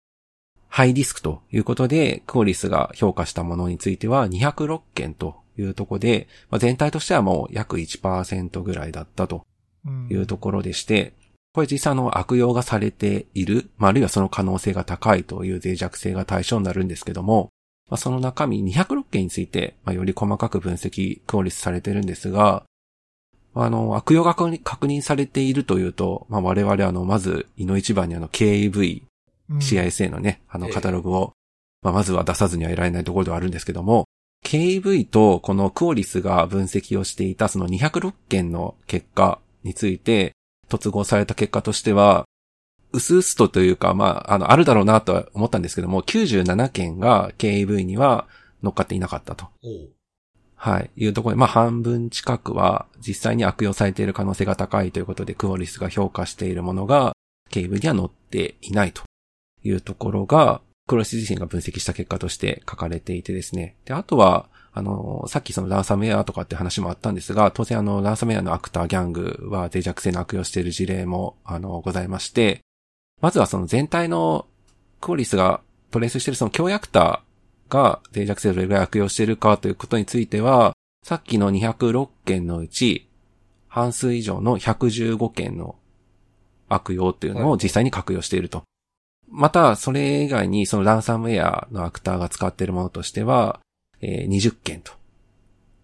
ハイリスクということで、クオリスが評価したものについては206件というところで、まあ、全体としてはもう約1%ぐらいだったと
うん
いうところでして、これ実際あの悪用がされている、まあ、あるいはその可能性が高いという脆弱性が対象になるんですけども、まあ、その中身206件について、まあ、より細かく分析、クオリスされてるんですが、あの、悪用が確認確認されているというと、まあ、我々あの、まず、井の一番にあの、KAV、
うん、
CISA のね、あの、
ええ
カタログを、まあ、まずは出さずにはいられないところではあるんですけども、KV とこのクオリスが分析をしていたその206件の結果について、突合された結果としては、うすうすとというか、まあ、あの、あるだろうなとは思ったんですけども、97件が KV には乗っかっていなかったと。
おう
はい。いうところで、まあ半分近くは実際に悪用されている可能性が高いということで、クオリスが評価しているものが、警部には載っていないというところが、クオリス自身が分析した結果として書かれていてですね。で、あとは、あの、さっきそのランサムウェアとかって話もあったんですが、当然あの、ランサムウェアのアクターギャングは脆弱性の悪用している事例も、あの、ございまして、まずはその全体のクオリスがトレースしているその強アクターが脆弱性をどれぐらい悪用しているかということについては、さっきの206件のうち、半数以上の115件の悪用っていうのを実際に確用していると。また、それ以外にそのランサムウェアのアクターが使っているものとしては、えー20件と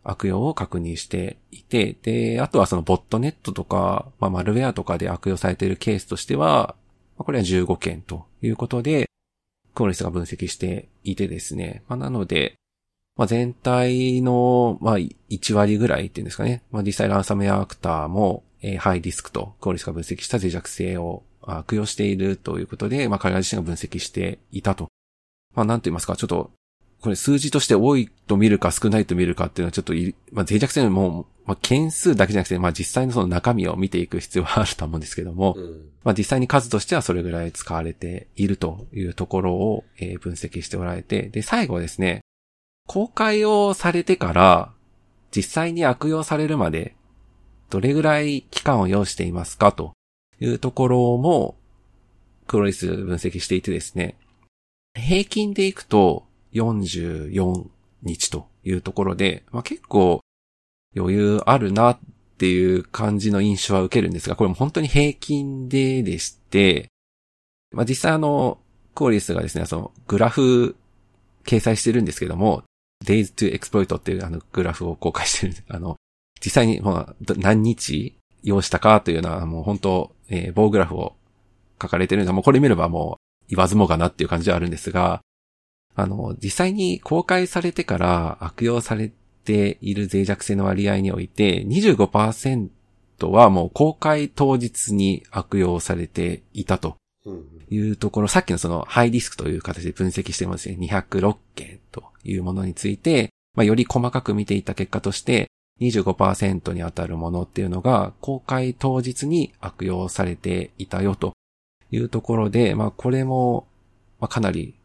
悪用を確認していて、で、あとはそのボットネットとか、まあ、マルウェアとかで悪用されているケースとしては、まあこれは15件ということで、クオリスが分析していてですね。まあ、なので、まあ、全体の、まあ、1割ぐらいっていうんですかね。まあ、実際ランサムウェアアクターも、えーハイリスクとクオリスが分析した脆弱性をあ悪用しているということで、まあ、彼ら自身が分析していたと。まあ、なんと言いますか、ちょっと、これ数字として多いと見るか少ないと見るかっていうのはちょっとい、まあ、脆弱性のもう、まあ、件数だけじゃなくて、まあ、実際のその中身を見ていく必要はあると思うんですけども、
うん。
まあ、実際に数としてはそれぐらい使われているというところを、えー分析しておられて、で、最後はですね、公開をされてから、実際に悪用されるまで、どれぐらい期間を要していますかというところも、クロリス分析していてですね、平均でいくと44日というところで、まあ、結構余裕あるなっていう感じの印象は受けるんですが、これも本当に平均ででして、まあ、実際あの、クオリスがですね、そのグラフ掲載してるんですけども、days to exploit っていうあのグラフを公開してる、あの、実際にまあど何日用したかというのはもう本当、えー棒グラフを書かれてるので、もうこれ見ればもう言わずもがなっていう感じはあるんですが、あの、実際に公開されてから悪用されっている脆弱性の割合において、25%はもう公開当日に悪用されていたと
うん。
いうところ、さっきのそのハイリスクという形で分析してますね。206件というものについて、まあ、より細かく見ていった結果として、25%に当たるものっていうのが、公開当日に悪用されていたよというところで、まあ、これも、まあ、かなり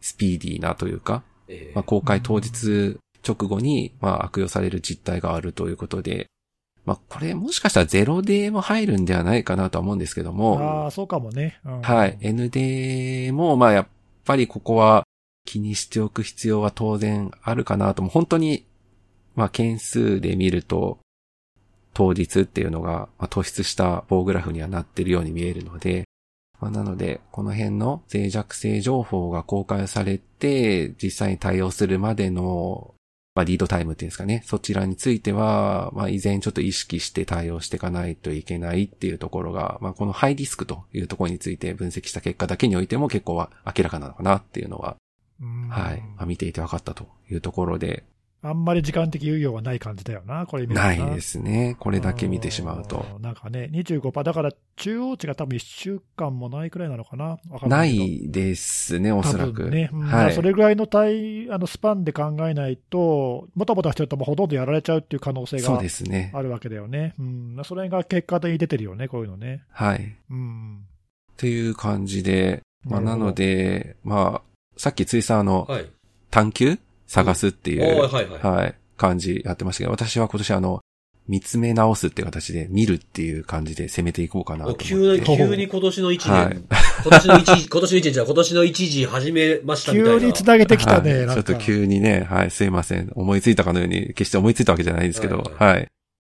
スピーディーなというか、
ええ
まあ、公開当日直後に、まあ、悪用される実態があるということで、まあ、これもしかしたらゼロデーも入るんではないかなとは思うんですけども、
ああ、そうかもね。うん
はい。N デーも、まあ、やっぱりここは気にしておく必要は当然あるかなと、もう本当に、まあ、件数で見ると、当日っていうのが、まあ、突出した棒グラフにはなってるように見えるので、まあ、なので、この辺の脆弱性情報が公開されて、実際に対応するまでの、まあ、リードタイムっていうんですかね。そちらについては、まあ、依然ちょっと意識して対応していかないといけないっていうところが、まあ、このハイリスクというところについて分析した結果だけにおいても結構は明らかなのかなっていうのは、
うん
はい。まあ、見ていて分かったというところで、
あんまり時間的猶予はない感じだよな、これ見ると
ないですね。これだけ見てしまうと。。
んなんかね、25%、だから中央値が多分1週間もないくらいなのかな。わかん
な
けど
いですね、おそら
多
く。
分ね、うん
はい。
それぐらいの対あのスパンで考えないと、もたもたしてると、もうほとんどやられちゃうっていう可能性
そう
が
ですね。
あるわけだよね。うん、それが結果的に出てるよね、こういうのね。
はい。
うん、
っていう感じで、まあ、
な
な
るほど
ので、まあ、さっきついさんあの、
はい。
探求探すってい
お
う、
ーはいはい。
はい、感じやってましたけど、私は今年あの、見つめ直すっていう形で、見るっていう感じで攻めていこうかな
お
と思って。
急に、
ほう
急に今年の一
はい
年、今年の一 (laughs) 時、今年の一年じゃない今年の一時始めましたみたい
急
な。
に繋げてきたね、
はい
なん
ちょ
か
っと急にね、はい、すいません。思いついたかのように、決して思いついたわけじゃないですけど、
はい
はい、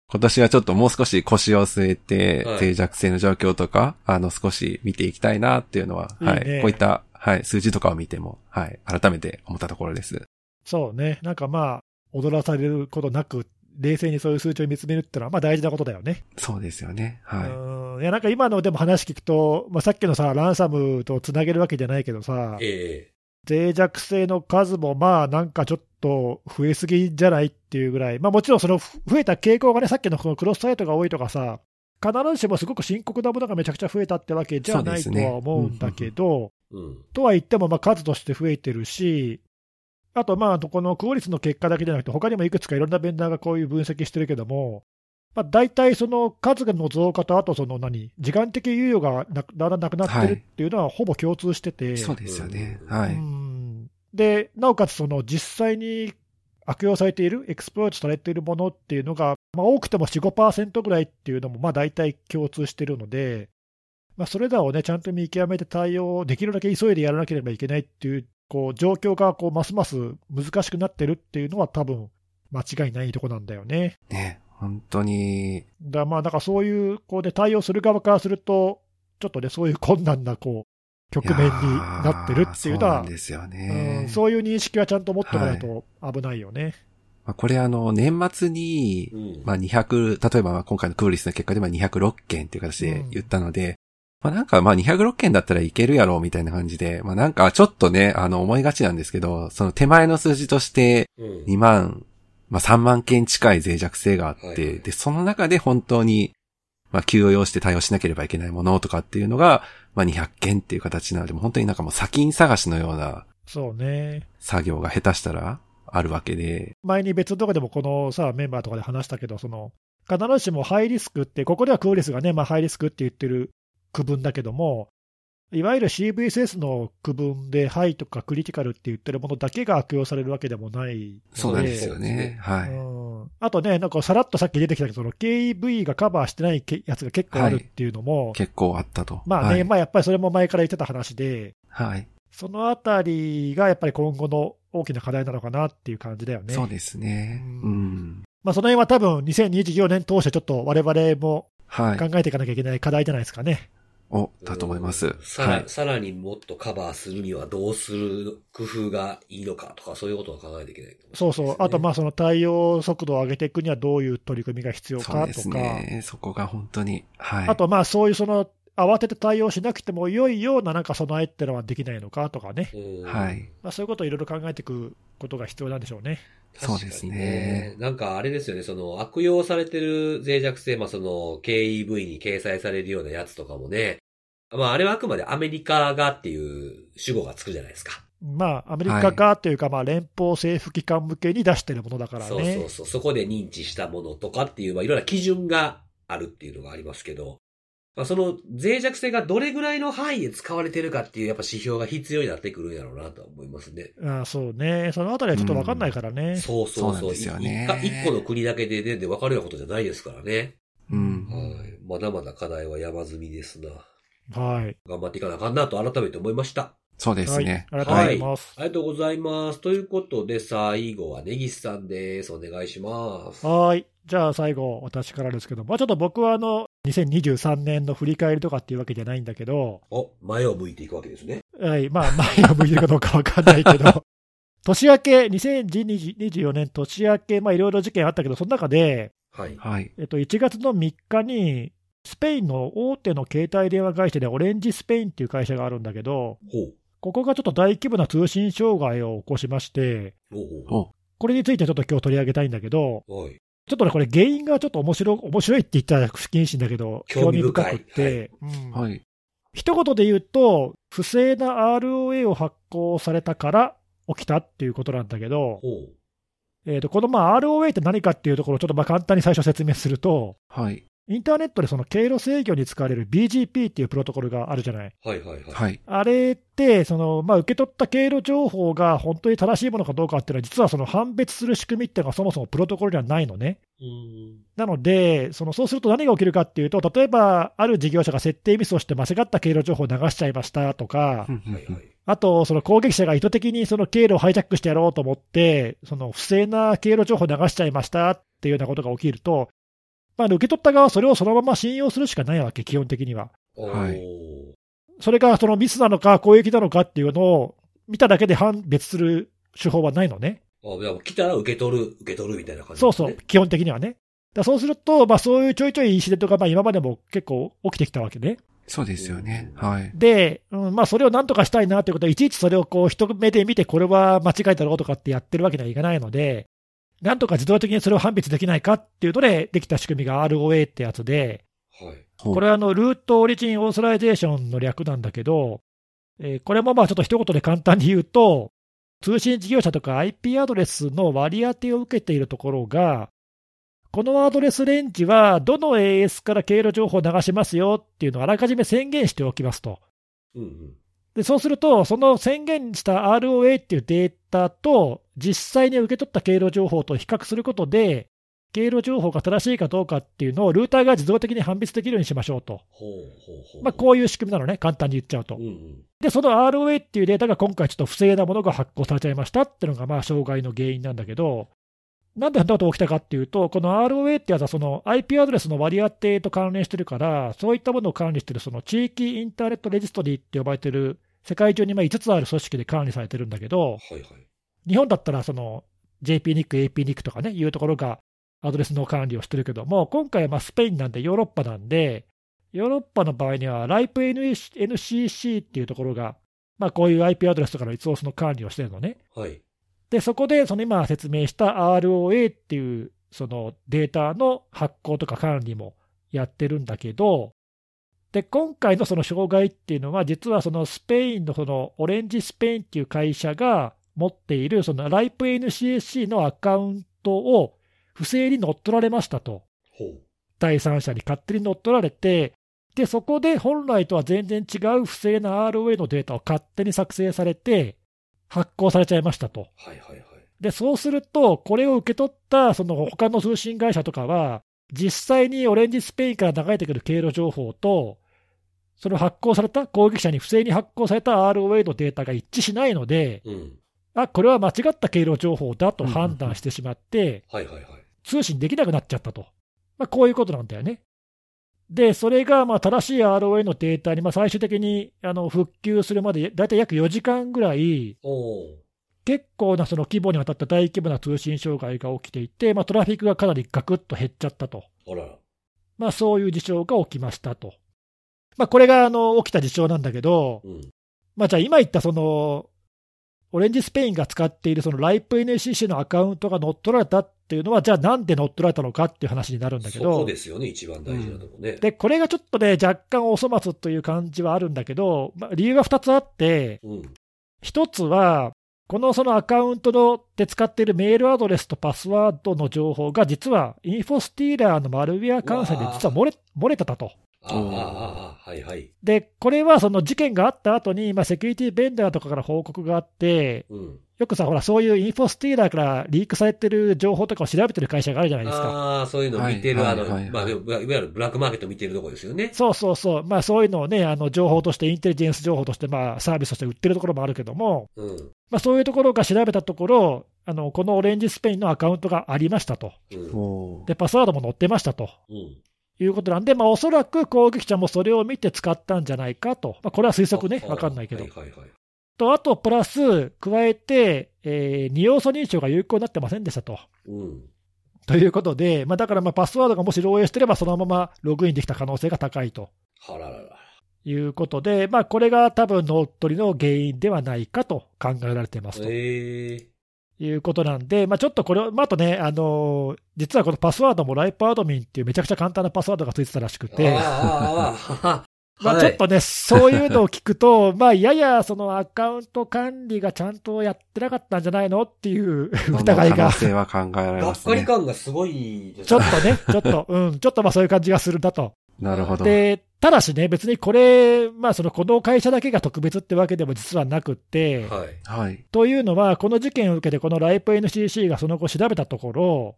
今年はちょっともう少し腰を据えて、
はい
脆弱性の状況とか、あの、少し見ていきたいなっていうのは、はい
いね
こういった、はい、数字とかを見ても、はい、改めて思ったところです。
そうね、なんかまあ、踊らされることなく、冷静にそういう数値を見つめるってのは、まあ大事なことだよね。
そうですよね。はい。
うんいや、なんか今のでも話聞くと、まあ、さっきのさ、ランサムとつなげるわけじゃないけどさ、
え
脆弱性の数もまあなんかちょっと増えすぎじゃないっていうぐらい、まあ、もちろんそのふ増えた傾向がね、さっきのこのクロスサイトが多いとかさ、必ずしもすごく深刻なものがめちゃくちゃ増えたってわけじゃない
そ
と
うですね
は思うんだけど、
えうん。
とは言ってもまあ数として増えてるし、あとまあこのクオリスの結果だけじゃなくて、他にもいくつかいろんなベンダーがこういう分析してるけども、まあ、大体その数の増加と、あとその何、時間的猶予がなくだんだんなくなってるっていうのはほぼ共通してて。
そうですよね。
うん
は
う
い。
んで、なおかつその実際に悪用されている、エクスプロイトされているものっていうのが、まあ、多くても4、5%ぐらいっていうのも、まあ、大体共通しているので、まあ、それらをね、ちゃんと見極めて対応、できるだけ急いでやらなければいけないっていう、こう状況がこうますます難しくなってるっていうのは、多分間違いないとこなんだよね。
ね、本当に、
だまあ、だからそういう、こうね、対応する側からすると、ちょっとね、そういう困難なこう局面になってるっていうの
やーそうな
は
んですよ
う
ね
ん。そういう認識はちゃんと持ってもらうと危ないよね。
まあ、これあの、年末に
う、ん。
まあ200、例えばまあ今回のクーリスの結果でまあ206件っていう形で言ったので、まあなんかまあ206件だったらいけるやろみたいな感じで、まあなんかちょっとね、あの思いがちなんですけど、その手前の数字として
うん。
2万、まあ3万件近い脆弱性があって、
はいはい
で、その中で本当に、まあ急を要して対応しなければいけないものとかっていうのが、まあ200件っていう形なので、もう本当になんかもう砂金探しのような
そうね。
作業が下手したらあるわけで、
前に別のとこでもこのさ、メンバーとかで話したけど、その、必ずしもハイリスクって、ここではクーリスがね、まあ、ハイリスクって言ってる区分だけども、いわゆる CVSS の区分で、ハイとかクリティカルって言ってるものだけが悪用されるわけでもないの
そうなんですよ
そうです
ね
ね。
はい。
うんあとね、なんかさらっとさっき出てきたけど、その KEV がカバーしてないけやつが結構あるっていうのも、
結構あったと。
まあね、
はい。
まあやっぱりそれも前から言ってた話で、
はい
そのあたりがやっぱり今後の大きな課題なのかなっていう感じだよね。
そうですね。
うん
うん。
まあその辺は多分2024年通してちょっと我々も
はい。
考えていかなきゃいけない課題じゃないですかね。
お、だと思います。
さら、
はい。
さらにもっとカバーするにはどうする工夫がいいのかとか、そういうことは考えていけない、
そうそう。あとまあその対応速度を上げていくにはどういう取り組みが必要
そう
か
で
と
す
か、
ね。そこが本当に。はい。
あとまあそういうその慌てて対応しなくても良いようななんか備えってのはできないのかとかね。
う。うん
はい。
まあそういうことをいろいろ考えていくことが必要なんでしょうね。
そうです
確か
ね
に。なんかあれですよね、その悪用されてる脆弱性、まあその KEV に掲載されるようなやつとかもね、まああれはあくまでアメリカがっていう主語がつくじゃないですか。
まあアメリカかというか、まあ連邦政府機関向けに出してるものだからね。
そうそうそう。そこで認知したものとかっていう、まあいろんな基準があるっていうのがありますけど、まあその脆弱性がどれぐらいの範囲で使われてるかっていうやっぱ指標が必要になってくるんやろうなとは思いますね。
ああそうね、そのあたりはちょっと分かんないからね、
そうそうそう。
そうなんですよね
一一個の国だけでね、で分かるようなことじゃないですからね。
うん。
はい。まだまだ課題は山積みですな。
はい、
頑張っていかなあかんなと改めて思いました。
そうです
はい、
ね。
ありがとうございます。
ありがとうございます。ということで、最後は根岸さんです。お願いします。
はい、じゃあ最後、私からですけど、まあ、ちょっと僕はあの2023年の振り返りとかっていうわけじゃないんだけど、
お、前を向いていくわけですね。
はい、まあ、 (laughs) 前を向いてるかどうか分かんないけど、 (laughs) 年明け、2024年年明け、まあいろいろ事件あったけど、その中で、
はい。
はい。
えっと、1月の3日に、スペインの大手の携帯電話会社で、オレンジスペインっていう会社があるんだけど、
ほう。
ここがちょっと大規模な通信障害を起こしまして、
ほうほ
お、
これについてちょっと今日取り上げたいんだけど、
う。はい。
ちょっとね、これ、原因がちょっと面白面白いって言ったら不謹慎だけど、
興味深い
興くって、うん
はい。
一言で言うと、不正な ROA を発行されたから起きたっていうことなんだけど、
ほう。
えー、とこのまあ ROA って何かっていうところをちょっとまあ簡単に最初説明すると、
はい。
インターネットでその経路制御に使われる BGP っていうプロトコルがあるじゃない。
はいはいはい。
はい。
あれって、そのまあ、受け取った経路情報が本当に正しいものかどうかっていうのは、実はその判別する仕組みっていうのがそもそもプロトコルにはないのね。
うーん。
なので、そのそうすると何が起きるかっていうと、例えばある事業者が設定ミスをして間違った経路情報を流しちゃいましたとか
う、んうん
はいは
うん
い。
あとその攻撃者が意図的にその経路をハイジャックしてやろうと思って、その不正な経路情報を流しちゃいましたっていうようなことが起きると、まあ、受け取った側はそれをそのまま信用するしかないわけ、基本的には。
おー
はい
それがそのミスなのか攻撃なのかっていうのを見ただけで判別する手法はないのね。
あ、でも来たら受け取る、受け取るみたいな感じ、
そうそう、。基本的にはね。だそうすると、まあ、そういうちょいちょいインシデントがまあ今までも結構起きてきたわけね。
そうですよね。はい。
で、うんまあ、それをなんとかしたいなということで、いちいちそれをこう一目で見て、これは間違いだろうとかってやってるわけにはいかないので、なんとか自動的にそれを判別できないかっていうので、できた仕組みが ROA ってやつで、
はい。
これはあのルートオリジンオーソライゼーションの略なんだけど、えーこれもまあちょっと一言で簡単に言うと、通信事業者とか IP アドレスの割り当てを受けているところが、このアドレスレンジはどの AS から経路情報を流しますよっていうのをあらかじめ宣言しておきますと。
うんうん。
でそうすると、その宣言した ROA っていうデータと、実際に受け取った経路情報と比較することで、経路情報が正しいかどうかっていうのをルーターが自動的に判別できるようにしましょうと。
ほうほうほう。
まあ、こういう仕組みなのね、簡単に言っちゃうと
う。んうん。
で、その ROA っていうデータが今回、ちょっと不正なものが発行されちゃいましたっていうのが、まあ、障害の原因なんだけど、なんでそんなことが起きたかっていうと、この ROA ってやつは、その IP アドレスの割り当てと関連してるから、そういったものを管理してる、その地域インターネットレジストリーって呼ばれてる、世界中にまあ5つある組織で管理されてるんだけど、
はいはい。
日本だったらその JPNIC、APNIC とかね、いうところがアドレスの管理をしてるけども、今回はまあスペインなんで、ヨーロッパなんで、ヨーロッパの場合には、ライプ NCC っていうところが、まあ、こういう IP アドレスとかのリソースの管理をしてるのね。
はい。
で、そこで、その今説明した ROA っていう、そのデータの発行とか管理もやってるんだけど、で、今回のその障害っていうのは、実はそのスペインのそのオレンジスペインっていう会社が持っている、そのライプ NCSC のアカウントを不正に乗っ取られましたと。
ほう。
第三者に勝手に乗っ取られて、で、そこで本来とは全然違う不正な ROA のデータを勝手に作成されて、発行されちゃいましたと。
はいはいはい。
で、そうすると、これを受け取ったその他の通信会社とかは、実際にオレンジスペインから流れてくる経路情報と、その発行された、攻撃者に不正に発行された ROA のデータが一致しないので、
うん。
あ、これは間違った経路情報だと
うんうん
判断してしまって、
はいはいはい。
通信できなくなっちゃったと。まあ、こういうことなんだよね。で、それがまあ正しい ROA のデータに、まあ、最終的にあの復旧するまで、だいたい約4時間ぐらい、
おお。
結構なその規模にわたった大規模な通信障害が起きていて、まあ、トラフィックがかなりガクッと減っちゃったと、
あらら。
まあ、そういう事象が起きましたと。まあ、これがあの起きた事象なんだけど、
うん。
まあ、じゃあ今言ったその、オレンジスペインが使っているそのライプ NCC のアカウントが乗っ取られたっていうのは、じゃあなんで乗っ取られたのかっていう話になるんだけ
そ
ど、
こですよね、一番大事なとこね。
でこれがちょっとね、若干お粗末という感じはあるんだけど、まあ、理由が2つあって、
うん。
一つは、このそのアカウントので使っているメールアドレスとパスワードの情報が、実はインフォスティーラーのマルウェア感染で実は漏れ漏れてたと。
ああ、
うん
ああ、はいはい。
で、これはその事件があった後に、まあ、セキュリティベンダーとかから報告があって、
うん。
よくさ、ほら、そういうインフォスティーラーからリークされてる情報とかを調べてる会社があるじゃないですか。
ああ、そういうのを見てる、
はい
あの、
はいはい
まあ、いわゆるブラックマーケット見てるとこですよね。
そうそうそう、まあ、そういうのをね、あの情報として、インテリジェンス情報として、まあ、サービスとして売ってるところもあるけども、
うん。
まあ、そういうところが調べたところ、あのこのオレンジスペインのアカウントがありましたと。
うん。
おー
で、パスワードも載ってましたと
うん。
いうことなんで、まあ、おそらく攻撃者もそれを見て使ったんじゃないかと、まあ、これは推測ね、
あ
分かんないけど
はい。はいはい。
と、あとプラス、加えて、えー二要素認証が有効になってませんでしたと。
うん。
ということで、まあ、だからまあパスワードがもし漏洩してれば、そのままログインできた可能性が高いと
はららら。
いうことで、まあ、これが多分乗っ取りの原因ではないかと考えられていますと。
ええ。
いうことなんで、まあ、ちょっとこれを、まあ、あとね、あのー実はこのパスワードもライプアドミンっていうめちゃくちゃ簡単なパスワードがついてたらしくて、
ああ、ああ、ああ。
まあ、
はい
ちょっとね、そういうのを聞くと、 (laughs) まあ、ややそのアカウント管理がちゃんとやってなかったんじゃないのっていう疑い
可能
が、ち
性は考えられ
が
ま
っ
す
かり
ね。
感がすごいです
ょっ
ね。
とね、 (laughs) ちょっと、うん、ちょっとまあそういう感じがするんだと。
なるほど。
で、ただしね、別にこれ、まあ、そのこの会社だけが特別ってわけでも実はなくって、
はい。
はい。
というのは、この事件を受けて、このライプ NCC がその後調べたところ、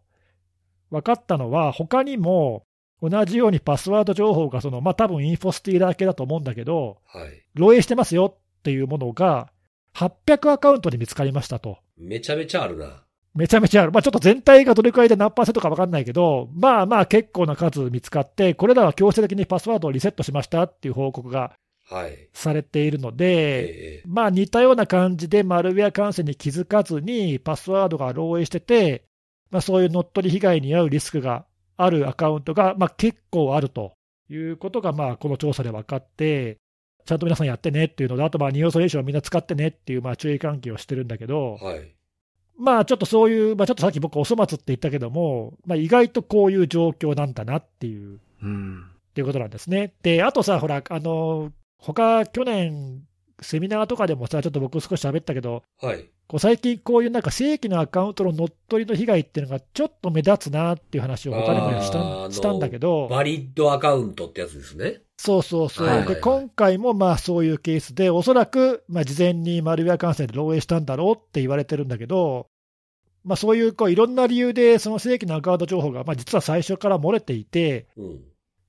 分かったのは、他にも同じようにパスワード情報がその、まあ多分インフォスティーラー系だと思うんだけど、
はい。
漏洩してますよっていうものが、800アカウントで見つかりましたと。
めちゃめちゃあるな。
めちゃめちゃある。まあちょっと全体がどれくらいで何パーセントか分かんないけど、まあまあ結構な数見つかって、これらは強制的にパスワードをリセットしましたっていう報告が
はい。
されているので、
ええ。
まあ似たような感じでマルウェア感染に気づかずにパスワードが漏洩してて、まあ、そういう乗っ取り被害に遭うリスクがあるアカウントが、まあ、結構あるということが、まあ、この調査で分かって、ちゃんと皆さんやってねっていうので、あとまあ二要素練習をみんな使ってねっていうまあ注意喚起をしてるんだけど、
はい。
まあちょっとそういう、まあ、ちょっとさっき僕、お粗末って言ったけども、まあ、意外とこういう状況なんだなっていう
うん。
っていうことなんですね。で、あとさ、ほら、あの、他去年、セミナーとかでもさ、ちょっと僕少し喋ったけど、
はい。
こう最近こういうなんか正規のアカウントの乗っ取りの被害っていうのがちょっと目立つなっていう話を他にもした
あー
んしたんだけど、
バリッドアカウントってやつですね。
そうそうそう。
はいはいはい
で今回もまあそういうケースで、おそらくまあ事前にマルウェア感染で漏洩したんだろうって言われてるんだけど、まあそういうこういろんな理由でその正規のアカウント情報がまあ実は最初から漏れていて、
うん。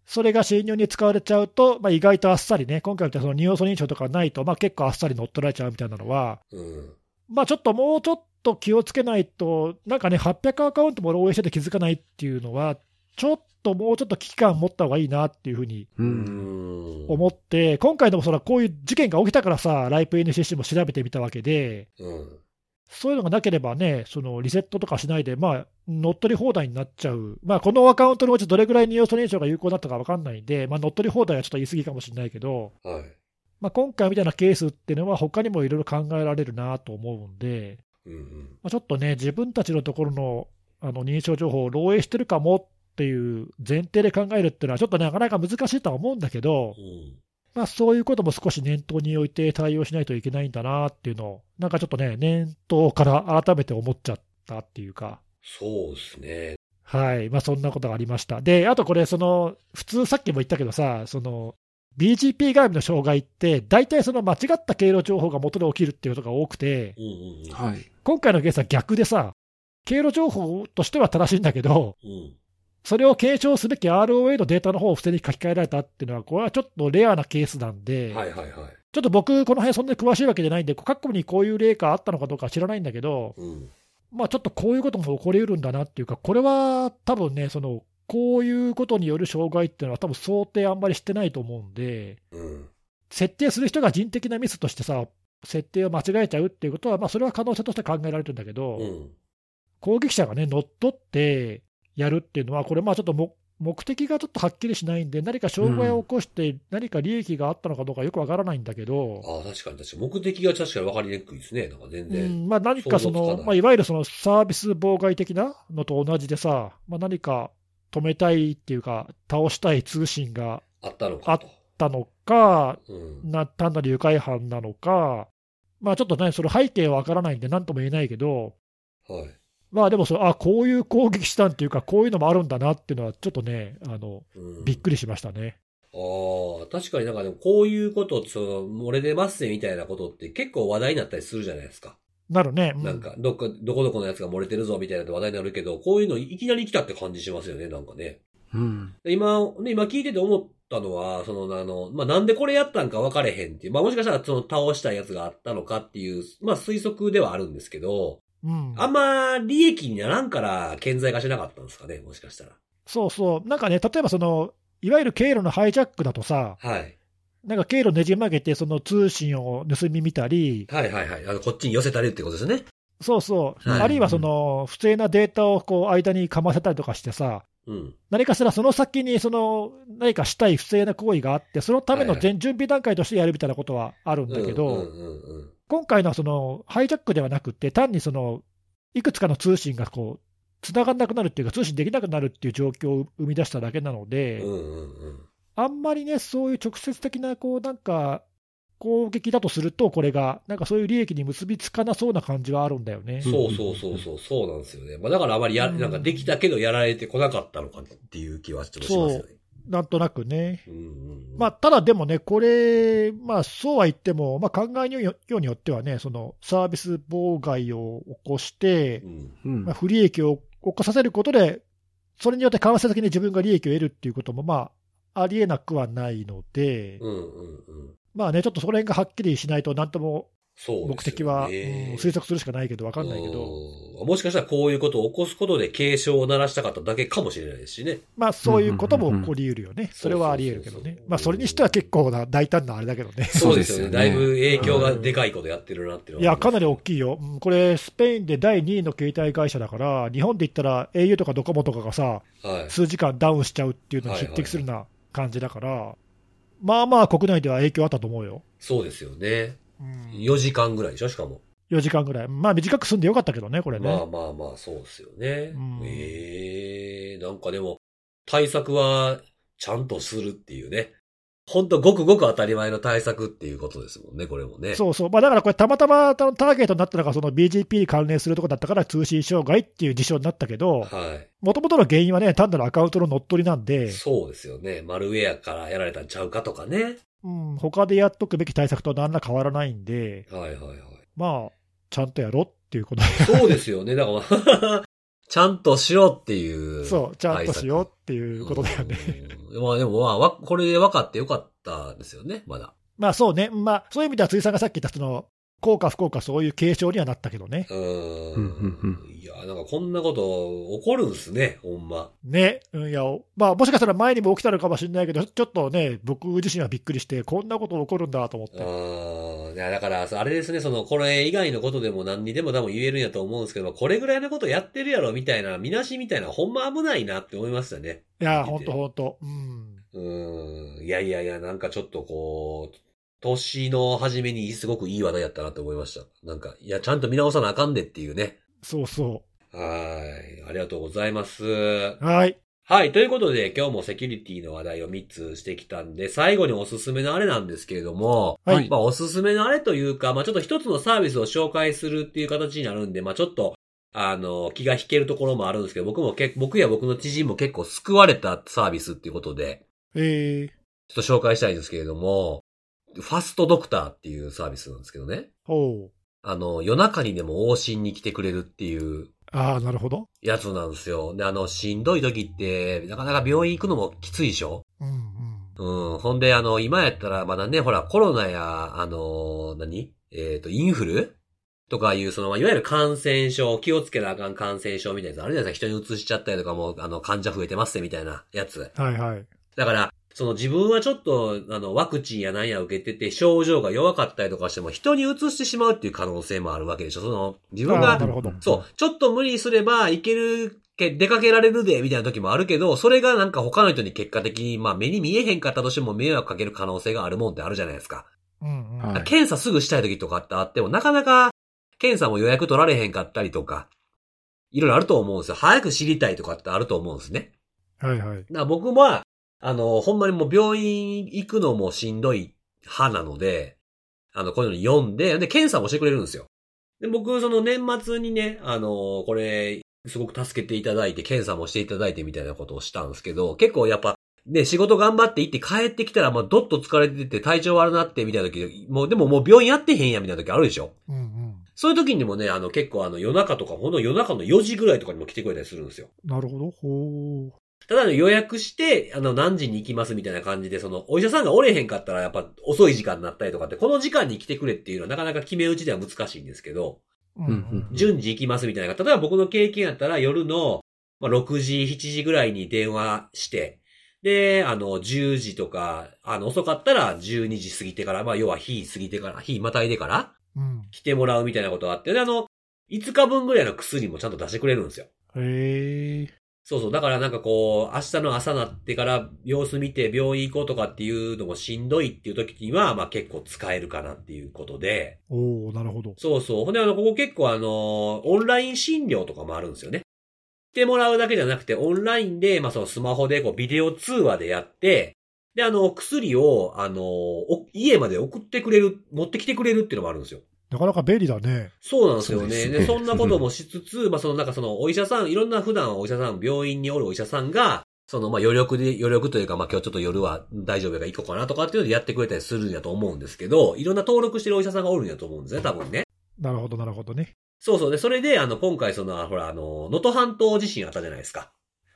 それが侵入に使われちゃうと、まあ、意外とあっさりね、今回みたいにその二要素認証とかないと、まあ、結構あっさり乗っ取られちゃうみたいなのは、
うん。
まあ、ちょっともうちょっと気をつけないと、なんかね、800アカウントも漏洩してて気づかないっていうのは、ちょっともうちょっと危機感持った方がいいなっていうふうに
う。
うんん。
思って、今回でもそらこういう事件が起きたからさ、ライプ NCC も調べてみたわけで、
うん。
そういうのがなければね、そのリセットとかしないで、まあ、乗っ取り放題になっちゃう、まあ、このアカウントのうちどれぐらいに要素認証が有効だったか分かんないんで、まあ、乗っ取り放題はちょっと言い過ぎかもしれないけど、
はい。
まあ、今回みたいなケースっていうのは、他にもいろいろ考えられるなと思うんで、
うんうん。
まあ、ちょっとね、自分たちのところのあの認証情報を漏洩してるかもっていう前提で考えるっていうのは、ちょっとなかなか難しいとは思うんだけど
う、ん。
まあ、そういうことも少し念頭に置いて対応しないといけないんだなっていうのを、なんかちょっとね、念頭から改めて思っちゃったっていうか。
そうですね。
はい、まあ、そんなことがありました。で、あとこれ、その普通、さっきも言ったけどさ、その BGP 外部の障害って、大体その間違った経路情報が元で起きるっていうことが多くて、
うんうんうん。
はい。
今回のケースは逆でさ、経路情報としては正しいんだけど、
うん。
それを検証すべき ROA のデータの方を不正に書き換えられたっていうのは、これはちょっとレアなケースなんで、
はいはいはい。
ちょっと僕、この辺そんなに詳しいわけじゃないんで、過去にこういう例があったのかどうかは知らないんだけど、
うん。
まあ、ちょっとこういうことも起こりうるんだなっていうか、これは多分ね、そのこういうことによる障害っていうのは、多分想定あんまりしてないと思うんで、
うん。
設定する人が人的なミスとしてさ、設定を間違えちゃうっていうことは、まあ、それは可能性として考えられるんだけど、
うん。
攻撃者がね、乗っ取ってやるっていうのは、これ、まあちょっとも目的がちょっとはっきりしないんで、何か障害を起こして、何か利益があったのかどうかよくわからないんだけど。
ああ、確かに確かに。目的が確かに分かりにくいですね。なんか全
う
然。
んまあ、何か
想像
そ
つか
の
ない
まあ、いわゆるそのサービス妨害的なのと同じでさ、まあ、何か止めたいっていうか、倒したい通信があ
あ
っ
ったのかと。
たのか、
うん。
な単なる誘拐犯なのか、まあ、ちょっとね、その背景はわからないんで、なんとも言えないけど、
はい。
まあ、でもそうあ、こういう攻撃したんっていうか、こういうのもあるんだなっていうのは、ちょっとねあの、
うん
びっくりしましたね。
ああ、確かになんかでもこういうことって、その、漏れ出ますねみたいなことって結構話題になったりするじゃないですか。
なるね。う
なんか、どっか、どこどこのやつが漏れてるぞみたいなのって話題になるけど、こういうのいきなり来たって感じしますよね、なんかね。
うん。
で今、ね、今聞いてて思ったのは、その、あの、まあ、なんでこれやったんか分かれへんっていう、まあ、もしかしたらその倒したいやつがあったのかっていう、まあ、推測ではあるんですけど、
うん
あんま利益にならんから顕在化しなかったんですかね、もしかしたら。
そうそう、なんかね、例えばその、いわゆる経路のハイジャックだとさ、
はい。
なんか経路ねじ曲げて、その通信を盗み見たり、
はいはいはい。あの、こっちに寄せたれるってことですね。
そうそう、
はい
あるいはその不正なデータをこう間にかませたりとかしてさ、
うん。
何かしらその先にその何かしたい不正な行為があって、そのための
はいは
前準備段階としてやるみたいなことはあるんだけど、
うんうんうんうん。
今回のはそのハイジャックではなくて、単にそのいくつかの通信がこう繋がんなくなるっていうか、通信できなくなるっていう状況を生み出しただけなので。
うんうんうん。
あんまりね、そういう直接的な、こう、なんか、攻撃だとすると、これが、なんかそういう利益に結びつかなそうな感じはあるんだよね。
そうそうそうそう、そうなんですよね。まあだからあまりや、
うん
なんかできたけどやられてこなかったのかっていう気はちょっとしますよね。
なんとなくね。
うんうんうん
まあ、ただでもね、これ、まあ、そうは言っても、まあ、考えようによってはね、その、サービス妨害を起こして
う、ん
うん
まあ、。不利益を起こさせることで、それによって間接的に自分が利益を得るっていうことも、まあ、ありえなくはないので、
うんうんうん。
まあね、ちょっとその辺がはっきりしないと、なんとも
そうですよね
目的は、うん推測するしかないけど、分かんないけど、
うんもしかしたらこういうことを起こすことで警鐘を鳴らしたかっただけかもしれないですしね。
まあそういうこと
うんうんう
も
んうん
起こりうるよね、それはあり得るけど
そうそう
ね
そう、
まあそれにしては結構な大胆なあれだけどね、
そうですよね
だいぶ影響がでかいことやってるなっていう
い
のは
や、
思ま
か
す
なり大きいよ、うんこれ、スペインで第2位の携帯会社だから、日本で言ったら au とかドコモとかがさ、
はい。
数時間ダウンしちゃうっていうのに匹敵するような感じだから、まあまあ国内では影響あったと思うよ、
そうですよね。
うん、
4時間ぐらいでしょしかも。
4時間ぐらい、まあ短く済んでよかったけどね、これね。
まあまあまあ、そうですよね。
うん
ええなんかでも、対策はちゃんとするっていうね。ほんと、ごくごく当たり前の対策っていうことですもんね、これもね。
そうそう、まあ、だからこれ、たまたまタターゲットになったのが、その BGP に関連するとこだったから、通信障害っていう事象になったけど、
は
もともとの原因はね、単なるアカウントの乗っ取りなん
い。
で、
そうですよね。マルウェアからやられたんちゃうかとかね。
うん、他でやっとくべき対策と何ら変わらないんで、
はいはいはい。
まあ、ちゃんとやろっていうこと
そうですよね。だから、 (laughs) ちゃんとしろっていう。
そう、ちゃんとしようって
う
いうことだよね。
ん。
(laughs)
まあでも、まあわ、これで分かってよかったですよね、まだ。
まあそうね、まあそういう意味では辻さんがさっき言ったその、効果不効果そういう継承にはなったけどね。
うー
うんうん
ん。いや、なんかこんなこと起こるんすね、ほんま。
ね。うん、いや、まあもしかしたら前にも起きたのかもしれないけど、ちょっとね、僕自身はびっくりして、こんなこと起こるんだと思っ
う
て。
ーん。いや、だから、あれですね、その、これ以外のことでも何にでも多分言えるんやと思うんですけど、これぐらいのことやってるやろ、みたいな、みなしみたいな、ほんま危ないなって思いましたね。
いや、ほんとほんと。うん。
うーん。いやいやいや、なんかちょっとこう、年の初めにすごくいい話題やったなと思いました。なんか、いや、ちゃんと見直さなあかんでっていうね。
そうそ
はい。ありがとうございます。
う。はい。
はい。ということで、今日もセキュリティの話題を3つしてきたんで、最後におすすめのあれなんですけれども、
はい
はい
まあおすすめのあれというか、まあちょっと一つのサービスを紹介するっていう形になるんで、まあちょっと、あの、気が引けるところもあるんですけど、僕もけ、僕や僕の知人も結構救われたサービスっていうことで、
えー、
ちょっと紹介したいんですけれども、ファストドクターっていうサービスなんですけどね。
ほう。
あの、夜中にでも往診に来てくれるっていう
ああ、なるほど。
やつなんですよ。で、あの、しんどい時って、なかなか病院行くのもきついでしょ
うんうん。
うん。ほんで、あの、今やったらまだね、ほら、コロナや、あの、何えっ、と、インフルとかいう、その、まあいわゆる感染症、気をつけなあかん感染症みたいなやつあるじゃないですか。人にうつしちゃったりとかもう、あの、患者増えてますみたいなやつ。
はいはい。
だから、その自分はちょっと、あの、ワクチンやなんや受けてて、症状が弱かったりとかしても、人に移してしまうっていう可能性もあるわけでしょ。その、自分
あー
が
なるほど。
そう、ちょっと無理すれば行けるけ、出かけられるで、みたいな時もあるけど、それがなんか他の人に結果的に、まあ目に見えへんかったとしても迷惑かける可能性があるもんってあるじゃないですか。
うんうん。
はい
検査すぐしたい時とかってあっても、なかなか検査も予約取られへんかったりとか、いろいろあると思うんですよ。早く知りたいとかってあると思うんですね。
はいはい。
だから僕は、あの、ほんまにもう病院行くのもしんどい派なので、あの、こういうのに読んで、で、検査もしてくれるんですよ。で、僕、その年末にね、あの、これ、すごく助けていただいて、検査もしていただいてみたいなことをしたんですけど、結構やっぱ、ね、仕事頑張って行って帰ってきたら、まあ、どっと疲れてて体調悪なってみたいな時、もう、でももう病院やってへんやみたいな時あるでしょ
うんうん。
そういう時にもね、あの、結構あの、夜中とか、ほんの夜中の4時ぐらいとかにも来てくれたりするんですよ。
なるほど。ほう。
ただの予約して、あの、何時に行きますみたいな感じで、その、お医者さんがおれへんかったら、やっぱ遅い時間になったりとかって、この時間に来てくれっていうのはなかなか決め打ちでは難しいんですけど、
うん
うんうん
順次行きますみたいな。例えば僕の経験やったら、夜の、まあ、6時、7時ぐらいに電話して、で、あの、10時とか、あの、遅かったら12時過ぎてから、まあ、要は日過ぎてから、日またいでから、
うん。
来てもらうみたいなことがあって、で、あの、5日分ぐらいの薬もちゃんと出してくれるんですよ。
へえ。
そうそう。だからなんかこう、明日の朝なってから様子見て病院行こうとかっていうのもしんどいっていう時には、まあ結構使えるかなっていうことで。
おおなるほど。
そうそう。ほんであの、ここ結構あの、オンライン診療とかもあるんですよね。してもらうだけじゃなくて、オンラインで、まあそのスマホでこう、ビデオ通話でやって、で、あの、薬を、あの、お家まで送ってくれる、持ってきてくれるっていうのもあるんですよ。
なかなか便利だね。
そうなんですよね。
そうです
そ
ね
でそんなこともしつ
(laughs)
つ、まあ、その、なんかその、お医者さん、いろんな普段お医者さん、病院におるお医者さんが、その、まあ、余力で、余力というか、まあ、今日ちょっと夜は大丈夫やから行こうかなとかっていうのでやってくれたりするんやと思うんですけど、いろんな登録してるお医者さんがおるんやと思うんですね、多分ね。
なるほど、なるほどね。
そうそう。で、それで、あの、今回その、あほら、あの、能登半島地震あったじゃないですか。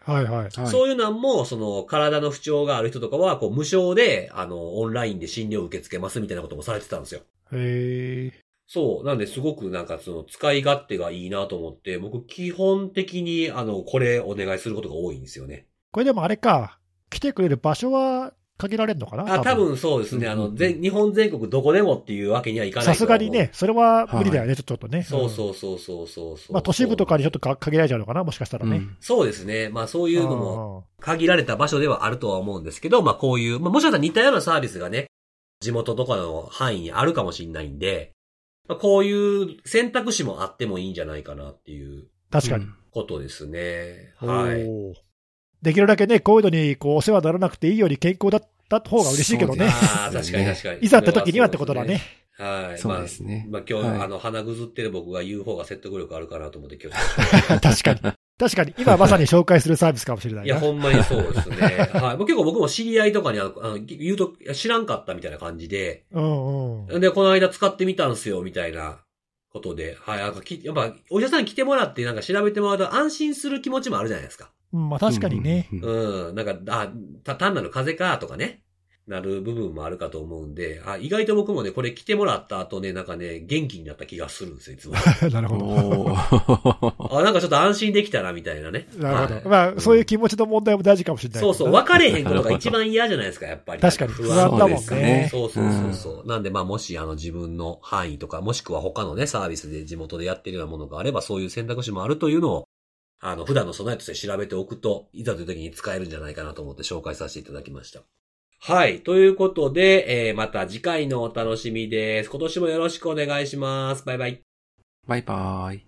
はいはい。
はい
そういうなんも、その、体の不調がある人とかは、こう、無償で、あの、オンラインで診療を受け付けますみたいなこともされてたんですよ。
へえ。
そう。なんで、すごくなんかその使い勝手がいいなと思って、僕基本的にあの、これお願いすることが多いんですよね。
これでもあれか、来てくれる場所は限られるのかな
あ、多分そうですね。あ
うんうん
の、
うん
全、日本全国どこでもっていうわけにはいかないと
さ
思う
すがに。ね、それは無理だよね、ちょちょっとね。
そう
うん。
そうそうそうそうそう。
まあ、都市部とかにちょっとか限られちゃうのかな、もしかしたら
う
ね。
ん
そうですね。まあそういうのも
ああ
限られた場所ではあるとは思うんですけど、まあこういう、まあもしかしたら似たようなサービスがね、地元とかの範囲にあるかもしれないんで、まあこういう選択肢もあってもいいんじゃないかなっていう
確かに。
ことですね。はい。
おーできるだけね、こういうのにこうお世話にならなくていいより健康だった方が嬉しいけどね。
ああ、
そうで
確
す
かに
ね
確かに。
いざって時にはってことだね。。
はい。
そうですね
まあ、まあ今日、
はい
あの、鼻ぐずってる僕が言う方が説得力あるかなと思って今日。
(laughs) 確かに。確かに。今まさに紹介するサービスかもしれない
い
な。
や、ほんまにそうですね。はい。もう結構僕も知り合いとかにあのあの言うと、いや知らんかったみたいな感じで、
うんうん。
で、この間使ってみたんすよ、みたいなことで、はい。なんかき、やっぱ、お医者さんに来てもらってなんか調べてもらうと安心する気持ちもあるじゃないですか。
うんまあ確かにね。
うんうんうん
うん。なんか、あ、た単なる風邪か、とかね。なる部分もあるかと思うんで、あ、意外と僕もね、これ来てもらった後ね、なんかね、元気になった気がするんですよ、
(laughs)
いつも。
なるほど。
おー
あ、なんかちょっと安心できたな、みたいなね。
なるほ
はい
ど。ま
う
あ、
ん
そういう気持ちの問題も大事かもしれない、
そうそう、
わ
分かれへんことが一番嫌じゃないですか、やっぱり。
確かに不安だもんね
ですねそうそうそううんそう。なんで、まあ、もし、あの、自分の範囲とか、もしくは他のね、サービスで地元でやってるようなものがあれば、そういう選択肢もあるというのを、あの、普段の備えとして調べておくと、いざという時に使えるんじゃないかなと思って紹介させていただきました。はい。ということで、えー、また次回のお楽しみです。今年もよろしくお願いします。バイバイ。
バイバーイ。